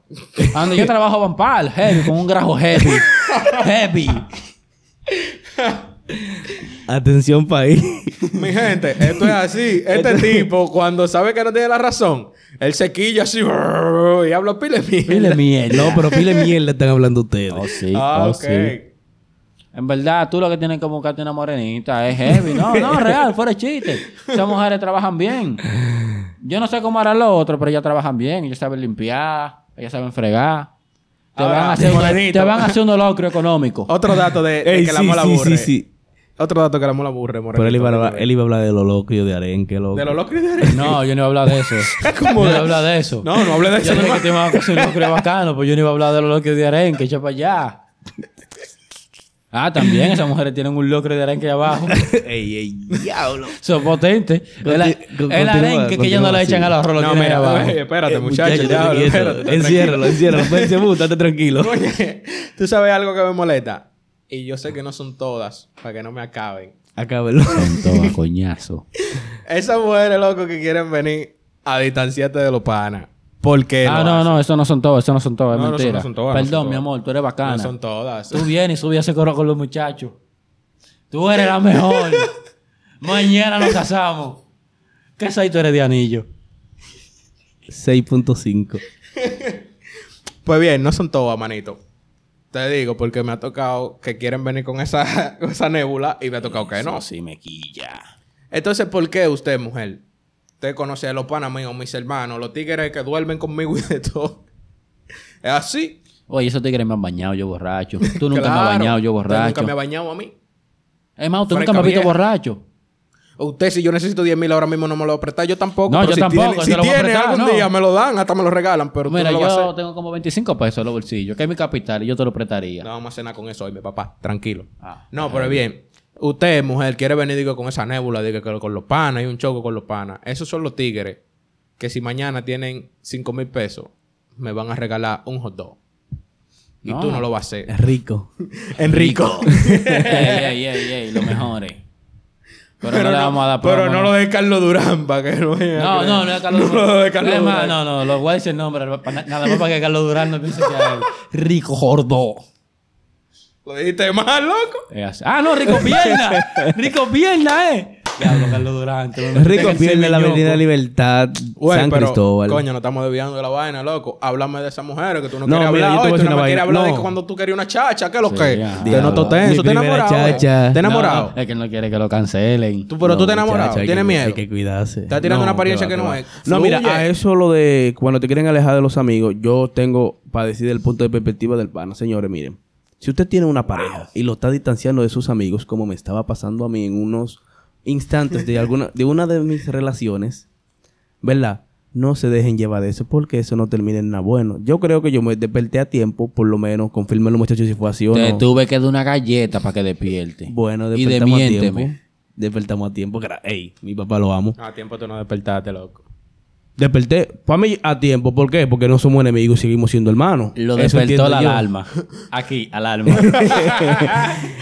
A Donde Ah, yo trabajo van pal, heavy, con un grajo heavy. heavy. Atención, país. Mi gente, esto es así. Este tipo, cuando sabe que no tiene la razón, él se quilla así y habla pile Dile mierda. mierda. no, pero pile mierda están hablando ustedes. Oh, sí. Ah, oh, ok. sí. En verdad, tú lo que tienes que buscarte una morenita es heavy. No, no, real, fuera de chiste. Esas mujeres trabajan bien. Yo no sé cómo harán los otros, pero ellas trabajan bien. Ellas saben limpiar, ellas saben fregar. Te, Ahora, van, a hacer un, e- morenito. te van a hacer un holocro económico. Otro dato de, de Ey, que la sí, mola sí, aburre. sí, sí. Otro dato que la mola aburre, Moreno. Pero él iba, a hablar, él iba a hablar de lo loco y de arenque, loco. De los locos y de No, yo no iba a hablar de eso. ¿Cómo Yo no de- iba a hablar de eso. No, no hablé de eso, Yo dije hermano. que te iba a hacer un holocro bacano, pues yo no iba a hablar de los locros de arenque, echa para allá. Ah, también esas mujeres tienen un locro de arenque allá abajo. ey, ey, diablo. Son potentes. El, Conti- con- el continúa, arenque que ya no continúa, le echan sí. a los rolos. No, tienen mira, ahí abajo. güey, espérate, Eh, muchacho. muchacho, ya, estate espérate, quieto. espérate, enciérralo, enciérralo. Pense, bu, estate tranquilo. Oye, tú sabes algo que me molesta. Y yo sé que no son todas, para que no me acaben. Acábelo. Tonto, a coñazo. Esas mujeres, loco, que quieren venir a distanciarte de los panas. ¿Por qué? Ah, lo no, hacen? no, eso no son todos, eso no son todos, es No, no son- mentira. no son todas, no Perdón, son mi todas. amor, tú eres bacana. No son todas. Tú vienes y subí a ese coro con los muchachos. Tú eres la mejor. Mañana nos casamos. ¿Qué soy tú eres de anillo? 6.5. Pues bien, no son todas, manito. Te digo, porque me ha tocado que quieren venir con esa, con esa nébula y me ha tocado que no. sí me quilla. Entonces, ¿por qué usted, mujer? Usted conoce a los panas míos, mis hermanos, los tigres que duermen conmigo y de todo. Es así. Oye, esos tigres me han bañado, yo borracho. Tú nunca me has Claro. bañado, yo Usted borracho. Nunca me ha bañado a mí. Es más, tú Fresca nunca me has visto vieja. borracho. Usted, si yo necesito 10 mil ahora mismo, no me lo va a prestar. Yo tampoco. No, pero yo si Tiene, tampoco, se si lo voy a tiene prestar, algún no. día, me lo dan. Hasta me lo regalan, pero Mira, tú no lo vas a yo hacer. tengo como 25 pesos en los bolsillos, que es mi capital y yo te lo prestaría. No vamos a cenar con eso hoy, mi papá. Tranquilo. Ah. no, pero bien. Usted, mujer, quiere venir digo, con esa nébula, digo, que con los panas y un choco con los panas. Esos son los tigres que si mañana tienen 5 mil pesos, me van a regalar un hot dog. Y No. tú no lo vas a hacer. Es rico. Enrico. ey, ey, ey, ey, lo mejor es. Pero, no le vamos a dar pero promo, no lo de Carlos Durán, para que no vayan a No, creer. no, no es Carlos No Durán. lo de Carlos Es más, Durán. no, no, los voy a decir el nombre. pa- Nada más para que Carlos Durán no piense que es rico gordo. Lo dijiste mal, loco. Es así. Ah, no, rico pierna. rico pierna, eh. Diablo, Carlos Durán. te lo Es metiste rico en el pierde la semillón, Avenida co- Libertad, Güey, San pero, Cristóbal. Coño, no estamos desviando de la vaina, loco. Háblame de esas mujeres que tú no, No, quieres mira, yo hablar te hoy. voy a Tú decir no una me quieres vaina. hablar de No. que cuando tú querías una chacha. ¿Qué es lo Sí, que? ya. Te noto Mi tenso. ¿Te primera enamorado? güey? chacha. ¿Te No, eh. enamorado? Es que él no quiere que lo cancelen. Tú, pero tú te No, enamorado. muchacho, hay Tienes que- miedo. Hay que cuidarse. Está tirando una qué apariencia va, que qué no va. es. No, Fluye. mira, a eso lo de cuando te quieren alejar de los amigos, yo tengo para decir del punto de perspectiva del pana. Señores, miren. Si usted tiene una pareja y lo está distanciando de sus amigos, como me estaba pasando a mí en unos instantes de alguna de una de mis relaciones, ¿verdad? No se dejen llevar de eso porque eso no termina en nada bueno. Yo creo que yo me desperté a tiempo, por lo menos. Confirmen los muchachos si fue así o Te no. tuve que dar una galleta para que despierte. Bueno, y despertamos a demiénteme. tiempo. Despertamos a tiempo. gra- Ey, mi papá lo amo. A tiempo tú no despertaste, loco. Desperté para mí a tiempo. ¿Por qué? Porque no somos enemigos y seguimos siendo hermanos. Lo Eso despertó entiendo la yo. alarma. Aquí, alarma.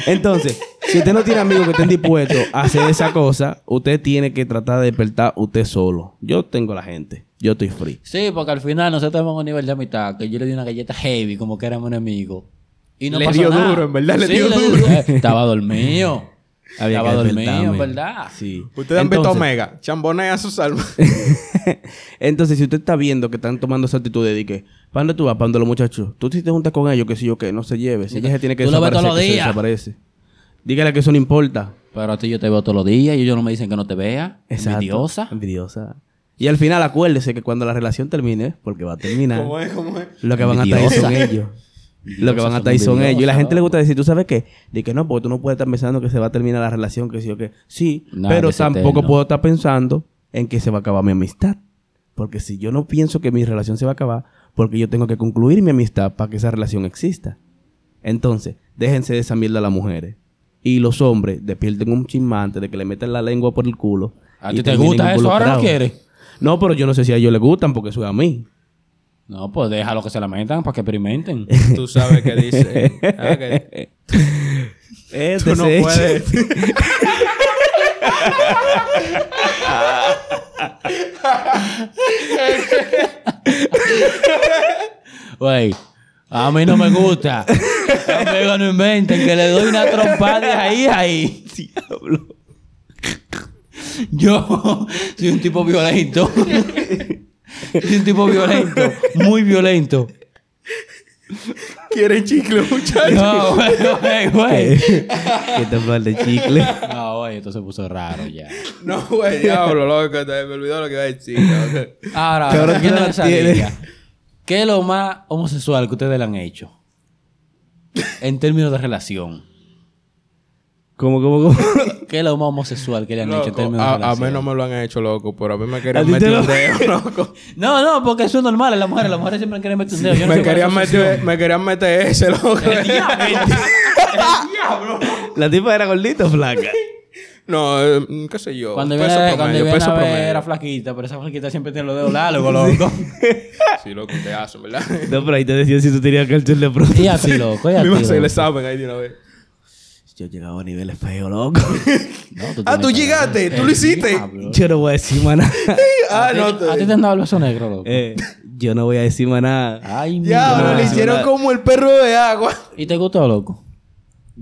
Entonces, si usted no tiene amigos que estén dispuestos a hacer esa cosa, usted tiene que tratar de despertar usted solo. Yo tengo la gente. Yo estoy free. sí, porque al final nosotros estamos a un nivel de amistad. Que yo le di una galleta heavy, como que éramos enemigos. Y no Le pasó dio nada. duro, en verdad, le Sí, dio duro. eh, Estaba dormido. Estaba que dormido, en despertarme. verdad. Sí. Ustedes han visto Entonces- Omega. Chambonea sus almas. Entonces, si usted está viendo que están tomando esa actitud de que, ¿para dónde tú vas? ¿Para dónde los muchachos? Tú si te juntas con ellos, que si yo que no se lleve. Si ella se tiene que Tú lo ves desaparecer, todos los que se días. desaparece. Dígale que eso no importa. Pero a ti yo te veo todos los días y ellos no me dicen que no te vea. Exacto. Envidiosa. Envidiosa. Y al final acuérdese que cuando la relación termine, porque va a terminar, ¿Cómo es? ¿Cómo es? lo que van a estar ahí son ellos. Lo que van a estar ahí son ellos. Y la gente le gusta decir, ¿tú sabes qué? De que no, porque tú no puedes estar pensando que se va a terminar la relación, que sí o que sí, Nada, pero que es tampoco eterno. puedo estar pensando en que se va a acabar mi amistad. Porque si yo no pienso que mi relación se va a acabar, porque yo tengo que concluir mi amistad para que esa relación exista. Entonces, déjense de esa mierda a las mujeres. Y los hombres despierten un chismante de que le metan la lengua por el culo. ¿A y ti te terminen gusta con eso? culo ¿Ahora no operado. quieres? No, pero yo no sé si a ellos les gustan porque eso es a mí. No, pues déjalo que se lamentan para que experimenten. Tú sabes qué dice. Ah, que- Este Tú no se echa- puedes. Güey, a mí no me gusta. Amigos, no inventen que le doy una trompada de ahí a ahí. Diablo. Yo soy un tipo violento. Soy un tipo violento. Muy violento. Quieren chicle, muchachos. No, güey, güey, güey. que te falta chicle. No, güey, esto se puso raro ya. No, güey, diablo, loco. te- Me olvidó lo que iba a decir. loco. Ahora, Que ahora tú ¿quién no la esa tienes. liga? ¿Qué es lo más homosexual que ustedes le han hecho? En términos de relación. ¿Cómo, cómo, cómo? ¿Qué es lo más homosexual que le han hecho en Loco, términos de a, a relación? mí no me lo han hecho, loco, pero a mí me ¿A querían ti te meter lo- un dedo, loco. No, no, porque eso es normal en las mujeres. Las mujeres siempre quieren meter un dedo. Yo no Me sé cuál es querían su meter, me querían meter ese, loco. La tipa era gordita o flaca. No, eh, qué sé yo. Cuando peso viene, cuando promedio, viene peso a ver, promedio. era flaquita, pero esa flaquita siempre tiene los dedos largos, loco. Sí, loco, te hace, ¿verdad? No, pero ahí te decía si tú tenías cáncer de pronto. Y así, loco, y Me iba a hacer así, el loco. examen ahí de una vez. Yo he llegado a niveles feos, loco. No, Ah, tienes tú que- llegaste, tú lo Eh, hiciste. diablo. Yo no voy a decir más nada. Ah, no. A ti- a ti te- te han dado el beso negro, loco. Eh, yo no voy a decir más nada. Ay, mi Diablo, madre. le hicieron como el perro de agua. ¿Y te gustó, loco?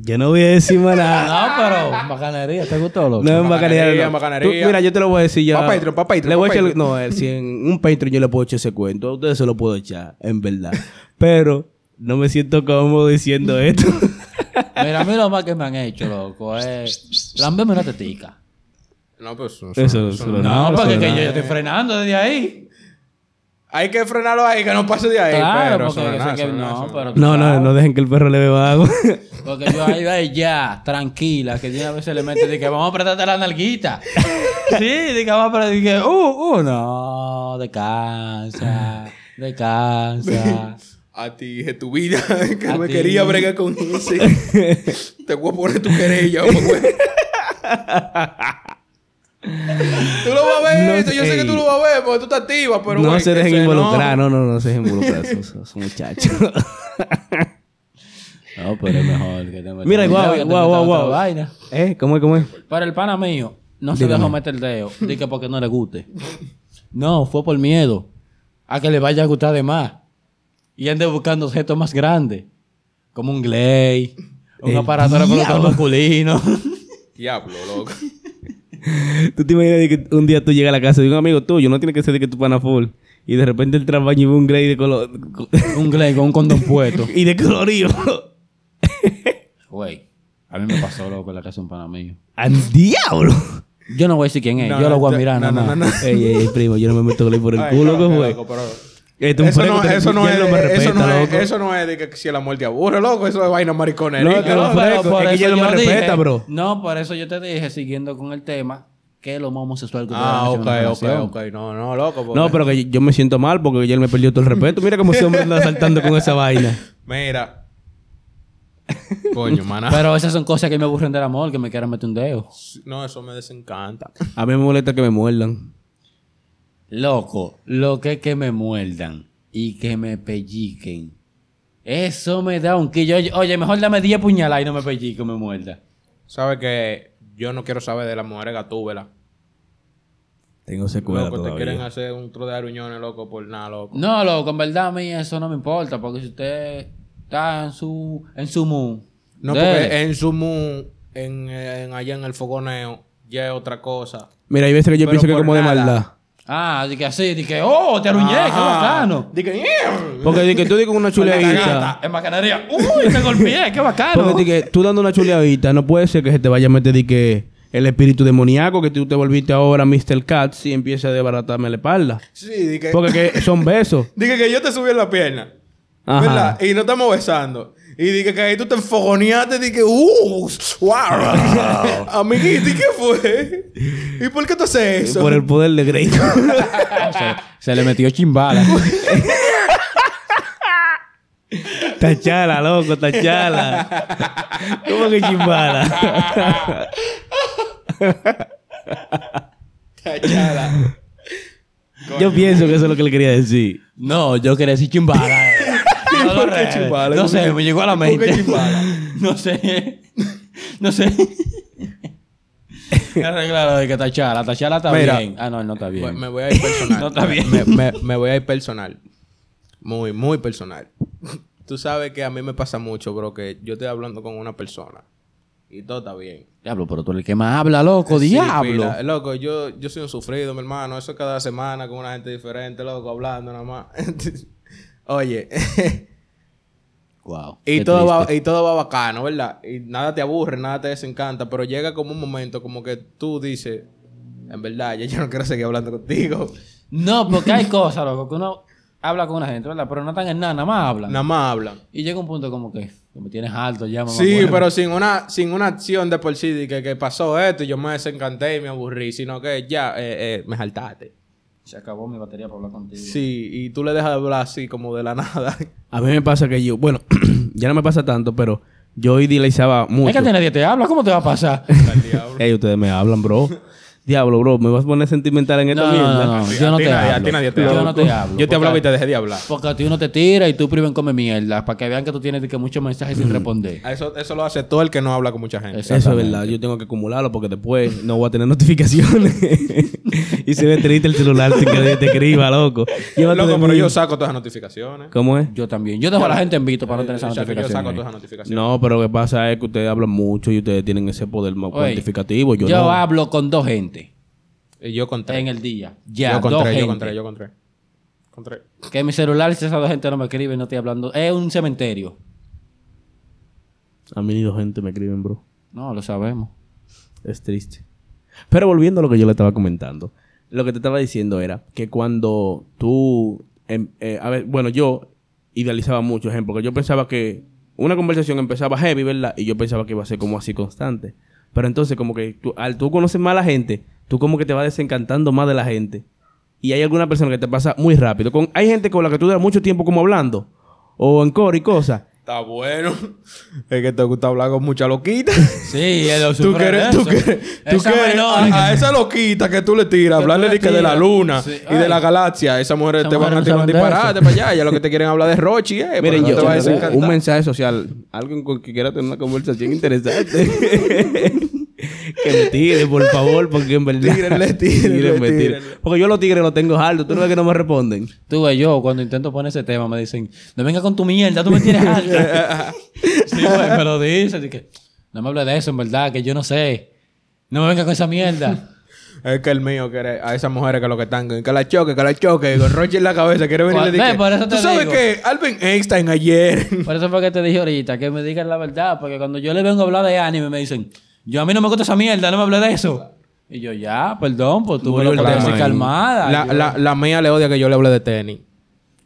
Yo no voy a decir más nada. Ah. No, pero bacanería, ¿te gustó, loco? No es bacanería. no. Macanería. Tú- Mira, yo te lo voy a decir ya. Pa' Patreon, pa' Patreon, Le voy a pa' echar- Patreon. No, eh, si en un Patreon yo le puedo echar ese cuento, a ustedes se lo puedo echar, en verdad. Pero no me siento cómodo diciendo esto. Mira, a mí lo más que me han hecho, loco, es... Lambeme una tetica. No, pues eso. Eso- eso no. No, eso porque no. que yo, yo estoy frenando desde ahí. Hay que frenarlo ahí, que no pase de ahí. Claro, pero porque eso no yo es sé nada, que eso no es nada, no, eso pero... tú No, no, sabes. no dejen que el perro le beba agua. Porque yo ahí voy ya, tranquila, que yo a veces le meto de que vamos a apretarte la nalguita. Sí, de que vamos a apretar, de que, uh, uh, no, descansa, descansa. A ti, de tu vida, que A me ti. quería bregar con ese. Te voy a poner tu querella, güey. Tú lo vas a ver, No eso, yo sé que sé. tú lo vas a ver, porque tú te activas, pero no güey, se que dejen ese involucrar, no, no, no, se dejen involucrar esos, esos muchachos. No, pero es mejor que te metas Mira, un dedo, guau, que te guau, metas guau, otra guau. vaina. ¿Eh? ¿Cómo es, cómo es? Pero el pana mío no se Dígame. dejó meter el dedo, de que porque no le guste. No, fue por miedo a que le vaya a gustar de más. Y ande buscando objetos más grandes, como un glay, un El aparato de reproductor diablo. masculino. Diablo, loco. ¿Tú te imaginas de que un día tú llegas a la casa de un amigo tuyo? No tiene que ser de que tu pana full. Y de repente el trabajo y un grey de color... un glay con un condón puesto. Y de colorido. Güey, a mí me pasó loco en la casa de un pana mío. ¡Al diablo! Yo no voy a decir quién es, No, yo lo voy no, a mirar no, no, nada más. no, no. ey, ey, ey, primo, yo no me meto gley por el Ay, culo, claro, que loco, fue. pero- Este, un Eso prego no, que- eso no ya es, él me eso no respeta, es, loco. eso no es de que si la muerte aburre, loco, eso es vaina mariconera. No, que No, lo pero ofrezco, por es que eso ya no yo me respeta, bro. No, por eso yo te dije, siguiendo con el tema, ¿Qué es lo más homosexual que ustedes Ah, han hecho en ok, una ok, relación? ok. No, no, loco. porque- No, pero que yo- yo me siento mal porque él me perdió todo el respeto. Mira cómo ese hombre anda saltando con esa vaina. Mira. Coño, maná. Pero esas son cosas que me aburren del amor, que me quieran meter un dedo. No, eso me desencanta. A mí me molesta que me muerdan. Loco, lo que es que me muerdan y que me pelliquen. Eso me da un quillo. Oye, Oye, mejor dame 10 puñaladas y no me pellique o me muerda. Sabes que yo no quiero saber de las mujeres gatúbelas. Tengo secuela Loco, te todavía. quieren hacer un tro de aruñones, loco, por nada, loco. No, loco, en verdad a mí eso no me importa, porque si usted está en su, en su mood. No, dele. porque en su mu, en, en- allá en el fogoneo, ya es otra cosa. Mira, hay veces que yo Pero pienso que por como de nada. maldad. Ah, di que así, di que, oh, te aruñé, qué bacano. Dije, "Mierda". Porque di que tú digas una chuleadita. En Bacanería, uy, me golpeé, qué bacano. Porque di que tú dando una chuleadita, no puede ser que se te vaya a meter di que el espíritu demoníaco que tú te volviste ahora Mr. Katz y empiece a desbaratarme la espalda. Sí, dije. Porque que son besos. Dije que yo te subí en la pierna. Ajá. ¿Verdad? Y no estamos besando. Y dije que ahí tú te enfogoneaste. Dije, ¡uh! ¡Wow! Amiguito, ¿y qué fue? ¿Y por qué tú haces eso? Por el poder de Grey. se, se le metió chimbala. tachala, loco, tachala. ¿Cómo que chimbala? Cachala. Yo pienso que eso es lo que le quería decir. no, yo quería decir chimbala. eh. No, ¿Por lo qué re- chimbala? no ¿Por sé, qué- me llegó a la por mente. qué chimbala? no sé. No sé. Arreglalo de que Tachala. Tachala está Mira. bien. Ah, no, él no está bien. Bueno, Me voy a ir personal. No está bien. Me, me- me voy a ir personal. Muy, muy personal. Tú sabes que a mí me pasa mucho, bro, que yo estoy hablando con una persona y todo está bien. Diablo, pero tú eres el que más habla, loco. Sí, eh. diablo. pila. Loco, yo, yo soy un sufrido, mi hermano. Eso es cada semana con una gente diferente, loco, hablando nada más. Oye, Wow. y qué todo, va, triste. y todo va bacano, ¿verdad? Y nada te aburre, nada te desencanta, pero llega como un momento como que tú dices, en verdad, ya yo no quiero seguir hablando contigo. No, porque hay cosas, loco, que uno habla con una gente, ¿verdad? Pero no están en nada, nada más hablan. Nada más hablan. Y llega un punto como que, que me tienes alto ya, mamá. Sí, huevo. pero sin una, sin una acción de por sí, de que, que pasó esto y yo me desencanté y me aburrí, sino que ya eh, eh, me saltaste. Se acabó mi batería para hablar contigo. Sí, y tú le dejas de hablar así como de la nada. A mí me pasa que yo, bueno, ya no me pasa tanto, pero yo idealizaba Es mucho. que nadie te habla, ¿cómo te va a pasar? Al diablo. Ey, ustedes me hablan, bro. Diablo, bro, me vas a poner sentimental en esta No, no, mierda. no, no, Sí, yo a no ti te nadie- hablo. a ti nadie te yo habla. no te hablo. Yo te hablaba y porque- te dejé de hablar. Porque a ti uno te tira y tú priven come mierda. Para que vean que tú tienes de que muchos mensajes sin responder. Eso, eso lo hace todo el que no habla con mucha gente. Eso. Eso es verdad, yo tengo que acumularlo porque después no voy a tener notificaciones. y se ve triste el celular sin que nadie te escriba, loco. Llévate de Loco, pero mí. yo saco todas las notificaciones. ¿Cómo es? Yo también. Yo dejo a la gente en visto para no tener esas Chacho, Yo notificaciones. saco ahí. todas las notificaciones. No, pero lo que pasa es que ustedes hablan mucho y ustedes tienen ese poder más Oye, cuantificativo. Yo, Yo, no. hablo con dos gente Y yo conté. en el día. Ya, yo dos conté, gente. yo conté, yo conté. Conté. Que mi celular, si esas dos gente no me escriben, no estoy hablando. Es un cementerio. A mí ni dos gente me escriben, bro. No, lo sabemos. Es triste. Pero volviendo a lo que yo le estaba comentando, lo que te estaba diciendo era que cuando tú, em, eh, a ver, bueno, yo idealizaba mucho, ejemplo, que yo pensaba que una conversación empezaba heavy, ¿verdad? Y yo pensaba que iba a ser como así constante. Pero entonces como que tú- al tú conoces más a la gente, tú como que te vas desencantando más de la gente. Y hay alguna persona que te pasa muy rápido. Con, hay gente con la que tú duras mucho tiempo como hablando. O en coro y cosas. Está bueno. Es que te gusta hablar con mucha loquita. Sí, es lo Tú quieres, tú quieres, tú Ah, quieres a, a esa loquita que tú le tiras, Que tú hablarle le de, que de la tiras. luna Sí. y de la Ay. galaxia, esas mujeres Esas te van a mujeres tirar no un saben de disparate para allá, ya lo que te quieren hablar de Rochi, Miren, eh, pero no yo, te va a un- desencantar. un mensaje social, algo con que quiera tener una conversación interesante. que me tire, por favor, porque en verdad. Tírenle, tírenle, Tírenme, tírenme. tírenle. Porque yo los tigres los tengo hartos, tú no ves que no me responden. Tú ve, yo cuando intento poner ese tema me dicen, no venga con tu mierda, tú me tienes alta. sí, pues, güey, pero dices, y que, no me hables de eso, en verdad, que yo no sé. No me venga con esa mierda. Es que el mío quiere a esas mujeres que lo que están, que la choque, que la choque, con Rochi en la cabeza, quiere venir y le Ve, dice, por eso Tú te sabes digo". que Alvin Einstein ayer. Por eso fue que te dije ahorita, que me digan la verdad, porque cuando yo le vengo a hablar de anime me dicen, yo a mí no me gusta esa mierda, no me hables de eso. Y yo, ya, perdón, pues tú me Murió lo el puedes tema decir ahí. calmada. La, Yo- la, la mía le odia que yo le hable de tenis.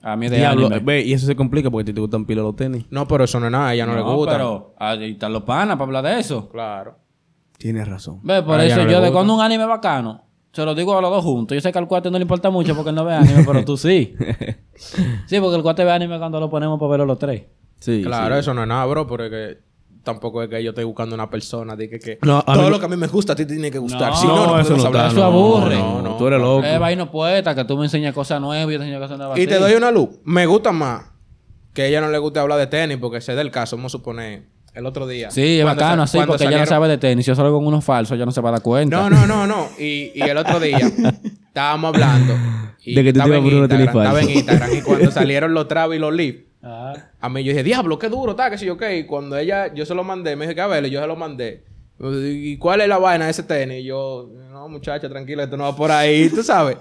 a mí de Diablo, anime. ve, y eso se complica porque a ti te gustan pila los tenis. No, pero eso no es nada, a ella no, le gusta. pero ahí están los panas para hablar de eso. Claro. Tienes razón. Ve, por Ah, ya eso no le yo de gusta. cuando un anime bacano, se lo digo a los dos juntos. Yo sé que al cuate no le importa mucho porque él no ve anime, pero tú sí. Sí, porque el cuate ve anime cuando lo ponemos para verlo los tres. Sí. Claro, eso no es nada, bro, porque tampoco es que yo esté buscando una persona. De que, que No, a todo mí- lo que a mí me gusta a ti te tiene que gustar. No, si no, no, eso podemos no hablar. está, Eso no, aburre. No, no, tú eres loco. Eh, Es vaina puesta, que tú me enseñas cosas nuevas, yo te enseño cosas nuevas. Y a te ti. doy una luz. Me gusta más que a ella no le guste hablar de tenis, porque ese es del caso, vamos a suponer, el otro día. Sí, es Cuando bacano sa- así, cuando porque ella no salieron- sabe de tenis. Yo salgo con unos falsos, ella no se va a dar cuenta. No, no, no, no. Y, y el otro día estábamos hablando. y De que tú te estaba ibas en por una Instagram, tenis falsa. Estaba en Instagram. Y cuando salieron los Travis y los Leaf, Ah. a mí yo dije, diablo, qué duro, está, que sí, ok. Y cuando ella, yo se lo mandé, me dije, que a ver, yo se lo mandé. ¿Y cuál es la vaina de ese tenis? Y yo, no, muchacha, tranquila, esto no va por ahí, tú sabes.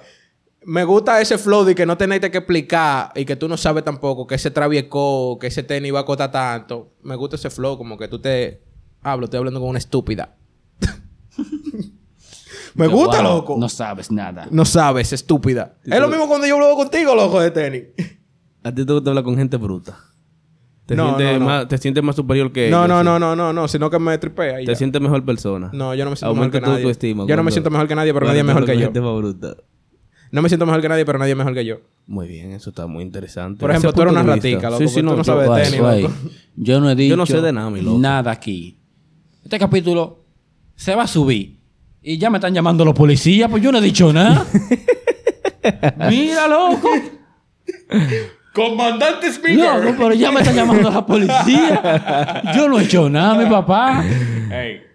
Me gusta ese flow de que no tenés que explicar y que tú no sabes tampoco que ese travieco, que ese tenis va a costar tanto. Me gusta ese flow, como que tú te hablo, estoy hablando con una estúpida. Me Yo, gusta, "Wow, loco. No No, sabes nada. sabes, estúpida. Es lo mismo cuando yo hablo contigo, loco, de tenis. A ti te gusta hablar con gente bruta. Te, No, sientes, no, no. Más, te sientes más superior que No, ellos, no, sí. no, no, no, no, sino que me tripea. y Te ya. sientes mejor persona. No, yo no me siento Aumenta mejor que nadie. tu autoestima. Yo no me cuando- siento mejor que nadie, pero cuando nadie te es mejor que hablas yo. con gente más bruta. No me siento mejor que nadie, pero nadie es mejor que yo. Muy bien, eso está muy interesante. Por ejemplo, Ese tú eres punto una de vista. ratica, loco, Sí, sí, porque no, tú no yo- sabes de Ay, tenis, güey. loco. Yo no he dicho Yo no sé de nada, mi loco. nada aquí. Este capítulo se va a subir. Y ya me están llamando los policías, pues yo no he dicho nada. Mira, loco. ¡Comandante Loco, pero ya me están llamando la policía. Yo no he hecho nada, mi papá.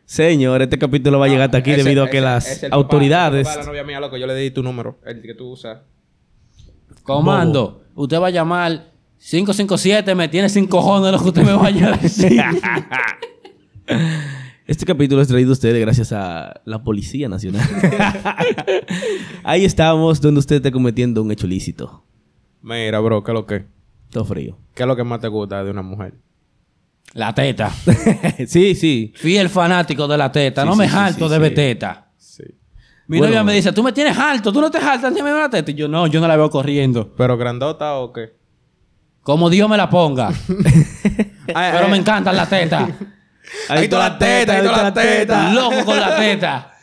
Señor, este capítulo va a llegar hasta aquí debido a que las autoridades... la novia mía, loco, yo le di tu número, el que tú usas. Comando, usted va a llamar 557, me tiene sin cojones lo que usted me vaya a decir. Este capítulo es traído a ustedes gracias a la Policía Nacional. Ahí estamos, donde usted está cometiendo un hecho ilícito. Mira, bro, ¿qué es lo que? Todo frío. ¿Qué es lo que más te gusta de una mujer? La teta. sí, sí. Fiel fanático de la teta. Sí, no sí, me sí, jalto sí, de sí. ver teta. Sí. Mi Bueno. novia me dice, tú me tienes alto, tú no te jaltas, dime la teta. Y yo, no, yo no la veo corriendo. ¿Pero grandota o qué? Como Dios me la ponga. Pero me encantan las tetas. Ahí está la teta, ahí está la teta. Loco con la teta.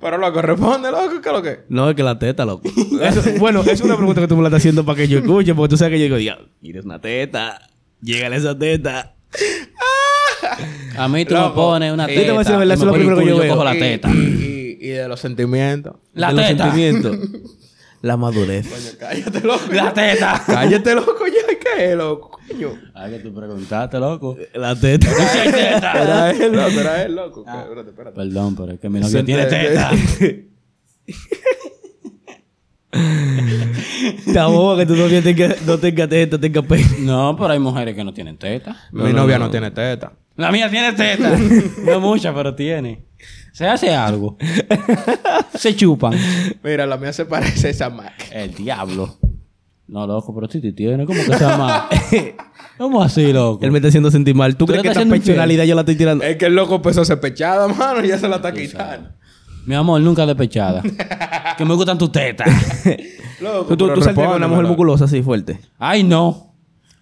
Pero loco, responde, loco, ¿qué es lo que? No, es que la teta, loco. Eso- bueno, es una pregunta que tú me la estás haciendo para que yo escuche, porque tú sabes que yo digo, ya, eres una teta. Llegale esa teta. A mí tú me Loco, pones una y- teta. Yo te a voy decir la verdad, y me eso es lo pones un primero que culo, yo veo. cojo la Y- teta. Y, y de los sentimientos. La De los teta. sentimientos. La madurez. Cállate, loco. La teta. Cállate, loco, ya, ¿qué es, loco? Coño. Ay, que tú preguntaste, loco. La teta. Era él, loco, era él, loco. Espérate, espérate. Perdón, pero es que Ah. mi novia tiene Te- teta. Está boba que tú no tengas no tenga teta, tenga pene. No, pero hay mujeres que no tienen teta. Mi novia no, tiene teta. La mía tiene teta. No mucha, pero tiene. Se hace algo. Se chupan. Mira, la mía se parece a esa Mac. El diablo. No, loco, pero si te tiene, ¿cómo que se llama? ¿Cómo así, loco? Él me está haciendo sentir mal. ¿Tú, Tú crees le que esta estás haciendo infiel. personalidad yo la estoy tirando? Eh, Es que el loco empezó sospechada, mano, y ya se la está quitando. Mi amor, nunca despechada. que me gustan tus tetas. Loco, ¿Tú, tú, pero tú saldrías con una respóndeme, mujer loco. musculosa así fuerte? Ay, no.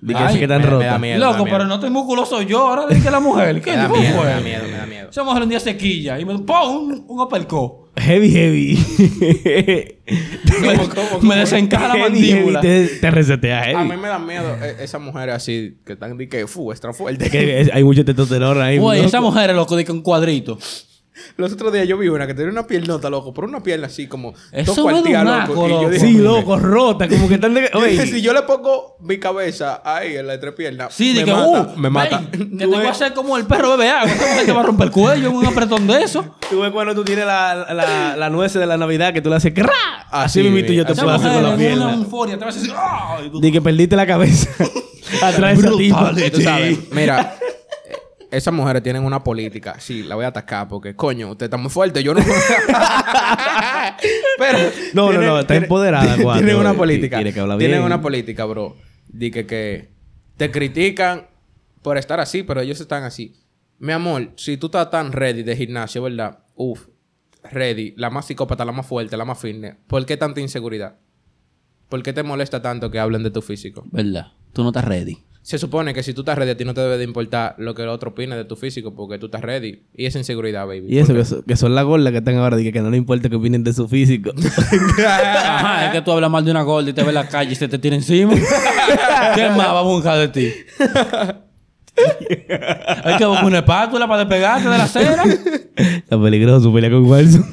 De que, Ay, así que tan me- me rota. da miedo. loco, miedo. pero no estoy musculoso yo. Ahora dije que la mujer. ¿Qué Me da tipo miedo, fue? me da miedo, me da miedo. Esa mujer un día se quilla y me ¡pum! un, un uppercut. Heavy, heavy. Me, me desencaja la mandíbula. te, te resetea A mí heavy. me da miedo e- esas mujeres así que están de que fu, extra Es fuerte. que es- hay mucho testosterona ahí. Güey, loco. esa mujer es loco de que un cuadrito. Los otros días yo vi una que tenía una piernota, loco, pero una pierna así como Eso dos no es de cuartillas, un loco. naco, Y yo loco. dije, Sí, "Mire". loco, rota. Como que están de... Yo dije, si Oye, yo le pongo mi cabeza ahí en la entrepierna, Sí, de me que mata, uh, me mata. ven, que te voy a hacer como el perro bebe agua. Esa mujer te va a romper el cuello en un apretón de eso. tú ves cuando tú tienes la, la, la nuez de la Navidad que tú le haces... ¡crá! Así, Así mismito yo te así Esa puedo hacer con la mujer es una pierna. euforia. Te vas a decir ¡ah! Y tú- De que perdiste la cabeza. Atrás de esa tipa. Brutality. Tú sabes, mira, eh, esas mujeres tienen una política. Sí, la voy a atacar porque, coño, usted está muy fuerte. Yo no. Pero. No, no, no, está empoderada, cuando Tienen una política. quiere que habla Tienen bien. una política, bro. Di que, que te critican por estar así, pero ellos están así. Mi amor, si tú estás tan ready de gimnasio, ¿verdad? Uf, ready, la más psicópata, la más fuerte, la más fitness. ¿Por qué tanta inseguridad? ¿Por qué te molesta tanto que hablen de tu físico? ¿Verdad? Tú no estás ready. se supone que si tú estás ready, a ti no te debe de importar lo que el otro opine de tu físico porque tú estás ready. Y es inseguridad, baby. Y eso, que, so- que son las gordas que están ahora, de que, que no le importa que opinen de su físico. Ajá, es que tú hablas mal de una gorda y te ve en la calle y se te tira encima. ¿Qué más va a buscar de ti? Hay que buscar una espátula para despegarte de la acera. Está peligroso pelea con Wilson.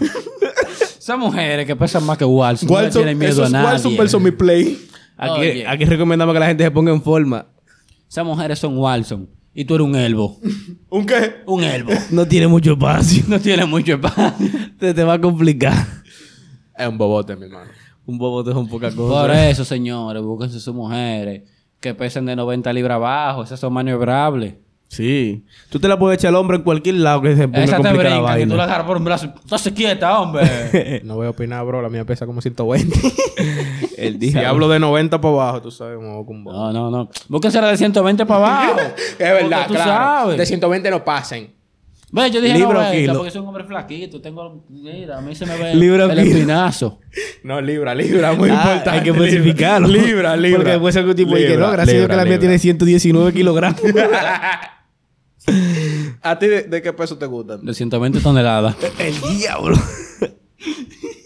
Esas mujeres que pesan más que Walson, no le tienen miedo a nadie. mi play. Aquí, Oye. aquí recomendamos que la gente se ponga en forma. Esas mujeres son Walson y tú eres un elbo. ¿Un qué? Un elbo. No tiene mucho espacio. No tiene mucho espacio. Te, te va a complicar. Es un bobote, mi hermano. Un bobote es un poca Por cosa. eso, señores, búsquense sus mujeres que pesen de 90 libras abajo. Esas son maniobrables. Sí. Tú te la puedes echar al hombro en cualquier lado que se ponga Esas te complicada la brincan que tú vaina. la agarras por un brazo. Entonces quieta, hombre. No voy a opinar, bro. La mía pesa como 120. El si hablo de 90 para abajo, tú sabes, me voy con vos. No, no, no. Búsquense la de 120 para abajo. Es verdad, Porque tú claro. Sabes. De 120 no pasen. Ve, yo dije Libra o 90 kilo. porque soy un hombre flaquito. Tengo... Mira, a mí se me ve Libra o el kilo. espinazo. No, libra, libra, muy Ah, importante. Hay que libra. especificarlo. Libra, libra. Porque después algún tipo dice, no, gracias a Dios que la mía tiene 119 kilogramos. tiene. ¿A ti de, de qué peso te gustan? De 120 toneladas. El diablo.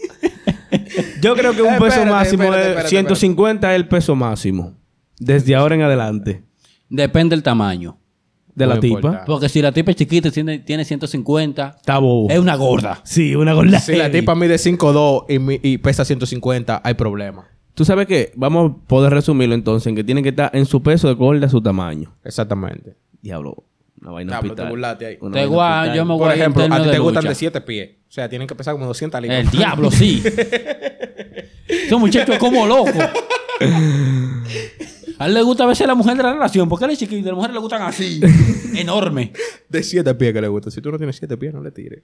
Yo creo que un Eh, Espérate, peso máximo espérate, de espérate, 150 es el peso máximo. Desde ahora en adelante. Depende del tamaño. De la Muy tipa. importante. Porque si la tipa es chiquita y tiene, tiene 150, Está bobo. es una gorda. Sí, una gorda. Si la tipa mide 5'2 y, mi- y pesa 150, hay problema. Tú sabes que vamos a poder resumirlo entonces en que tiene que estar en su peso de gorda a su tamaño. Exactamente. Diablo. Una vaina Diablo, te hospital. burlaste ahí. Una Te vaina guay, hospital. yo me voy Por a ir ejemplo, en a ti términos te de gustan lucha. de 7 pies. O sea, tienen que pesar como 200 libras. El diablo, sí. Ese muchacho es como loco. A él le gusta a veces la mujer de la relación, porque él es chiquito y a la mujer le gustan así, enorme. De 7 pies que le gusta. Si tú no tienes 7 pies, no le tires.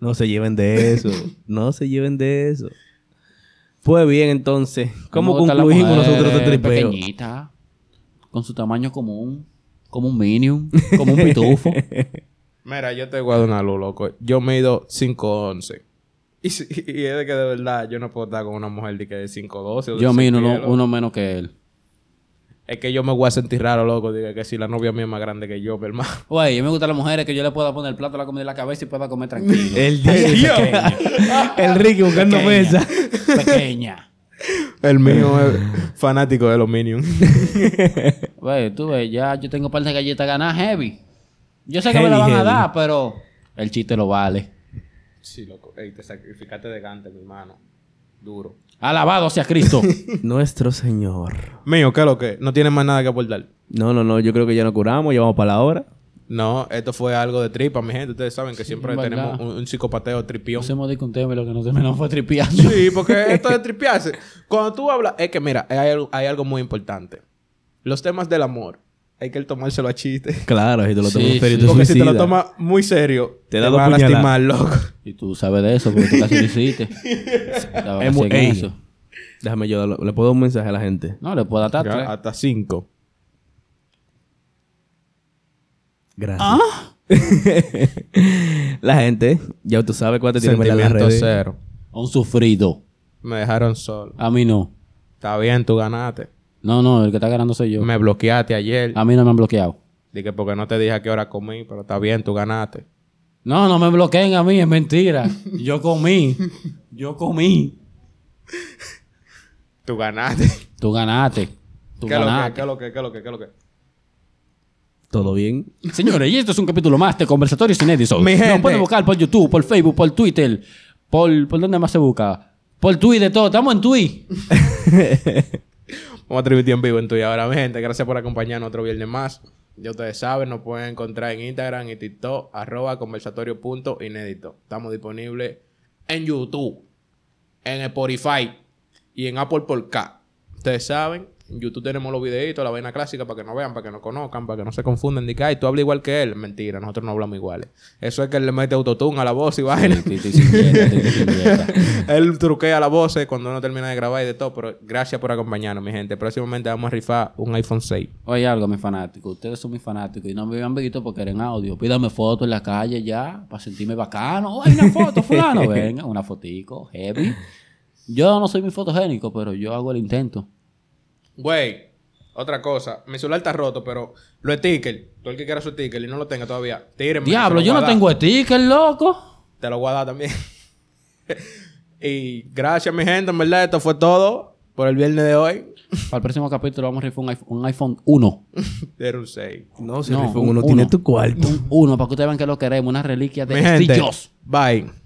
No se lleven de eso. no se lleven de eso. Pues bien, entonces, ¿cómo Me gustan las concluimos mujeres nosotros este tripeo? pequeñitas, con su tamaño común, como un minion, como un pitufo. Mira, yo te voy a dar una luz, loco. Yo mido 5'11. Y, si- y es de que de verdad yo no puedo estar con una mujer de que de 5'12 o de Yo mido 6 pies, uno, loco. uno menos que él. Es que yo me voy a sentir raro, loco. Diga que si la novia mía es más grande que yo, mi hermano. Oye, yo me gustan las mujeres que yo le pueda poner el plato a la comida en la cabeza y pueda comer tranquilo. El día. el Ricky buscando Pequeña, mesa. Pequeña. El mío es fanático de los Minions. Güey, tú ves, ya yo tengo un par de galletas ganadas heavy. Yo sé que me la Heavy, van a heavy. dar, pero el chiste lo vale. Sí, loco. Ey, te sacrificaste de gante, mi hermano. Duro. Alabado sea Cristo. Nuestro Señor. Mío, ¿qué es lo que? No tienes más nada que aportar. No, no, no. Yo creo que ya nos curamos. Ya vamos para la hora. No, esto fue algo de tripa, mi gente. Ustedes saben que siempre es verdad. tenemos un, un psicopateo tripión. Hacemos de un tema y lo que no terminamos fue tripeando. Sí, porque esto de tripearse. Cuando tú hablas, es que mira, hay algo, hay algo muy importante. Los temas del amor, hay que tomárselo a chiste. Claro, si te lo Sí, tomas en serio, sí. te Porque si te lo suicidas. tomas muy serio, Te te, da dos va a puñaladas. lastimar, loco. Y tú sabes de eso porque tú casi lo hiciste. La vas a Es muy- hacer con ey. eso. Déjame yo. darlo- Le puedo dar un mensaje a la gente. No, le puedo atar tres. Hasta cinco. Gracias. Ah. la gente, ya tú sabes cuál te tiene que ver en las Sentimiento redes. cero. A un sufrido. Me dejaron solo. A mí no. Está bien, tú ganaste. No, no, el que está ganando soy yo. Ah. Me bloqueaste ayer. A mí no me han bloqueado. Dije porque no te dije a qué hora comí, pero está bien, tú ganaste. No, no me bloqueen a mí, es mentira. Yo comí. Yo comí. Tú ganaste. Tú ganaste. Tú ¿Qué es lo que, ganaste. qué es lo que, qué es lo que, qué es lo que? ¿Todo bien? Señores, y esto es un capítulo más de Conversatorios sin Edison. Mi gente. Nos pueden buscar por YouTube, por Facebook, por Twitter, por... ¿Por dónde más se busca? Por Twitter, todo. Estamos en Twitter. Vamos a transmitir en vivo en tuya ahora, mi gente. Gracias por acompañarnos otro viernes más. Ya ustedes saben, nos pueden encontrar en Instagram y TikTok, arroba conversatorio.inédito. Estamos disponibles en YouTube, en Spotify y en Apple Podcast. Ustedes saben, en YouTube tenemos los videitos, la vaina clásica, para que nos vean, para que nos conozcan, para que no se confundan. Dice, ay, tú hablas igual que él. Mentira, nosotros no hablamos iguales. Eso es que él le mete autotune a la voz y vaina. Él truquea la voz eh, cuando uno termina de grabar y de todo, pero gracias por acompañarnos, mi gente. Próximamente vamos a rifar un iPhone 6. Oye algo, mis fanáticos. Ustedes son mis fanáticos y no me han visto porque eran audio. Pídame fotos en la calle ya para sentirme bacano. Oh, hay una foto, fulano. Venga, una fotico, heavy. Yo no soy muy fotogénico, pero yo hago el intento. Güey, Otra cosa, mi celular está roto, pero lo sticker, todo el que quiera su sticker y no lo tenga todavía, tírenme. Diablo, yo no tengo sticker, loco. Te lo voy a dar también. y gracias, mi gente, en verdad, esto fue todo por el viernes de hoy. Para el próximo capítulo vamos a rifar un iPhone, un iPhone 1. Era un 6. No, si No, rifó un uno uno. tiene tu cuarto. Un 1, para que ustedes vean que lo queremos. Una reliquia Mi de gente, Dios. bye.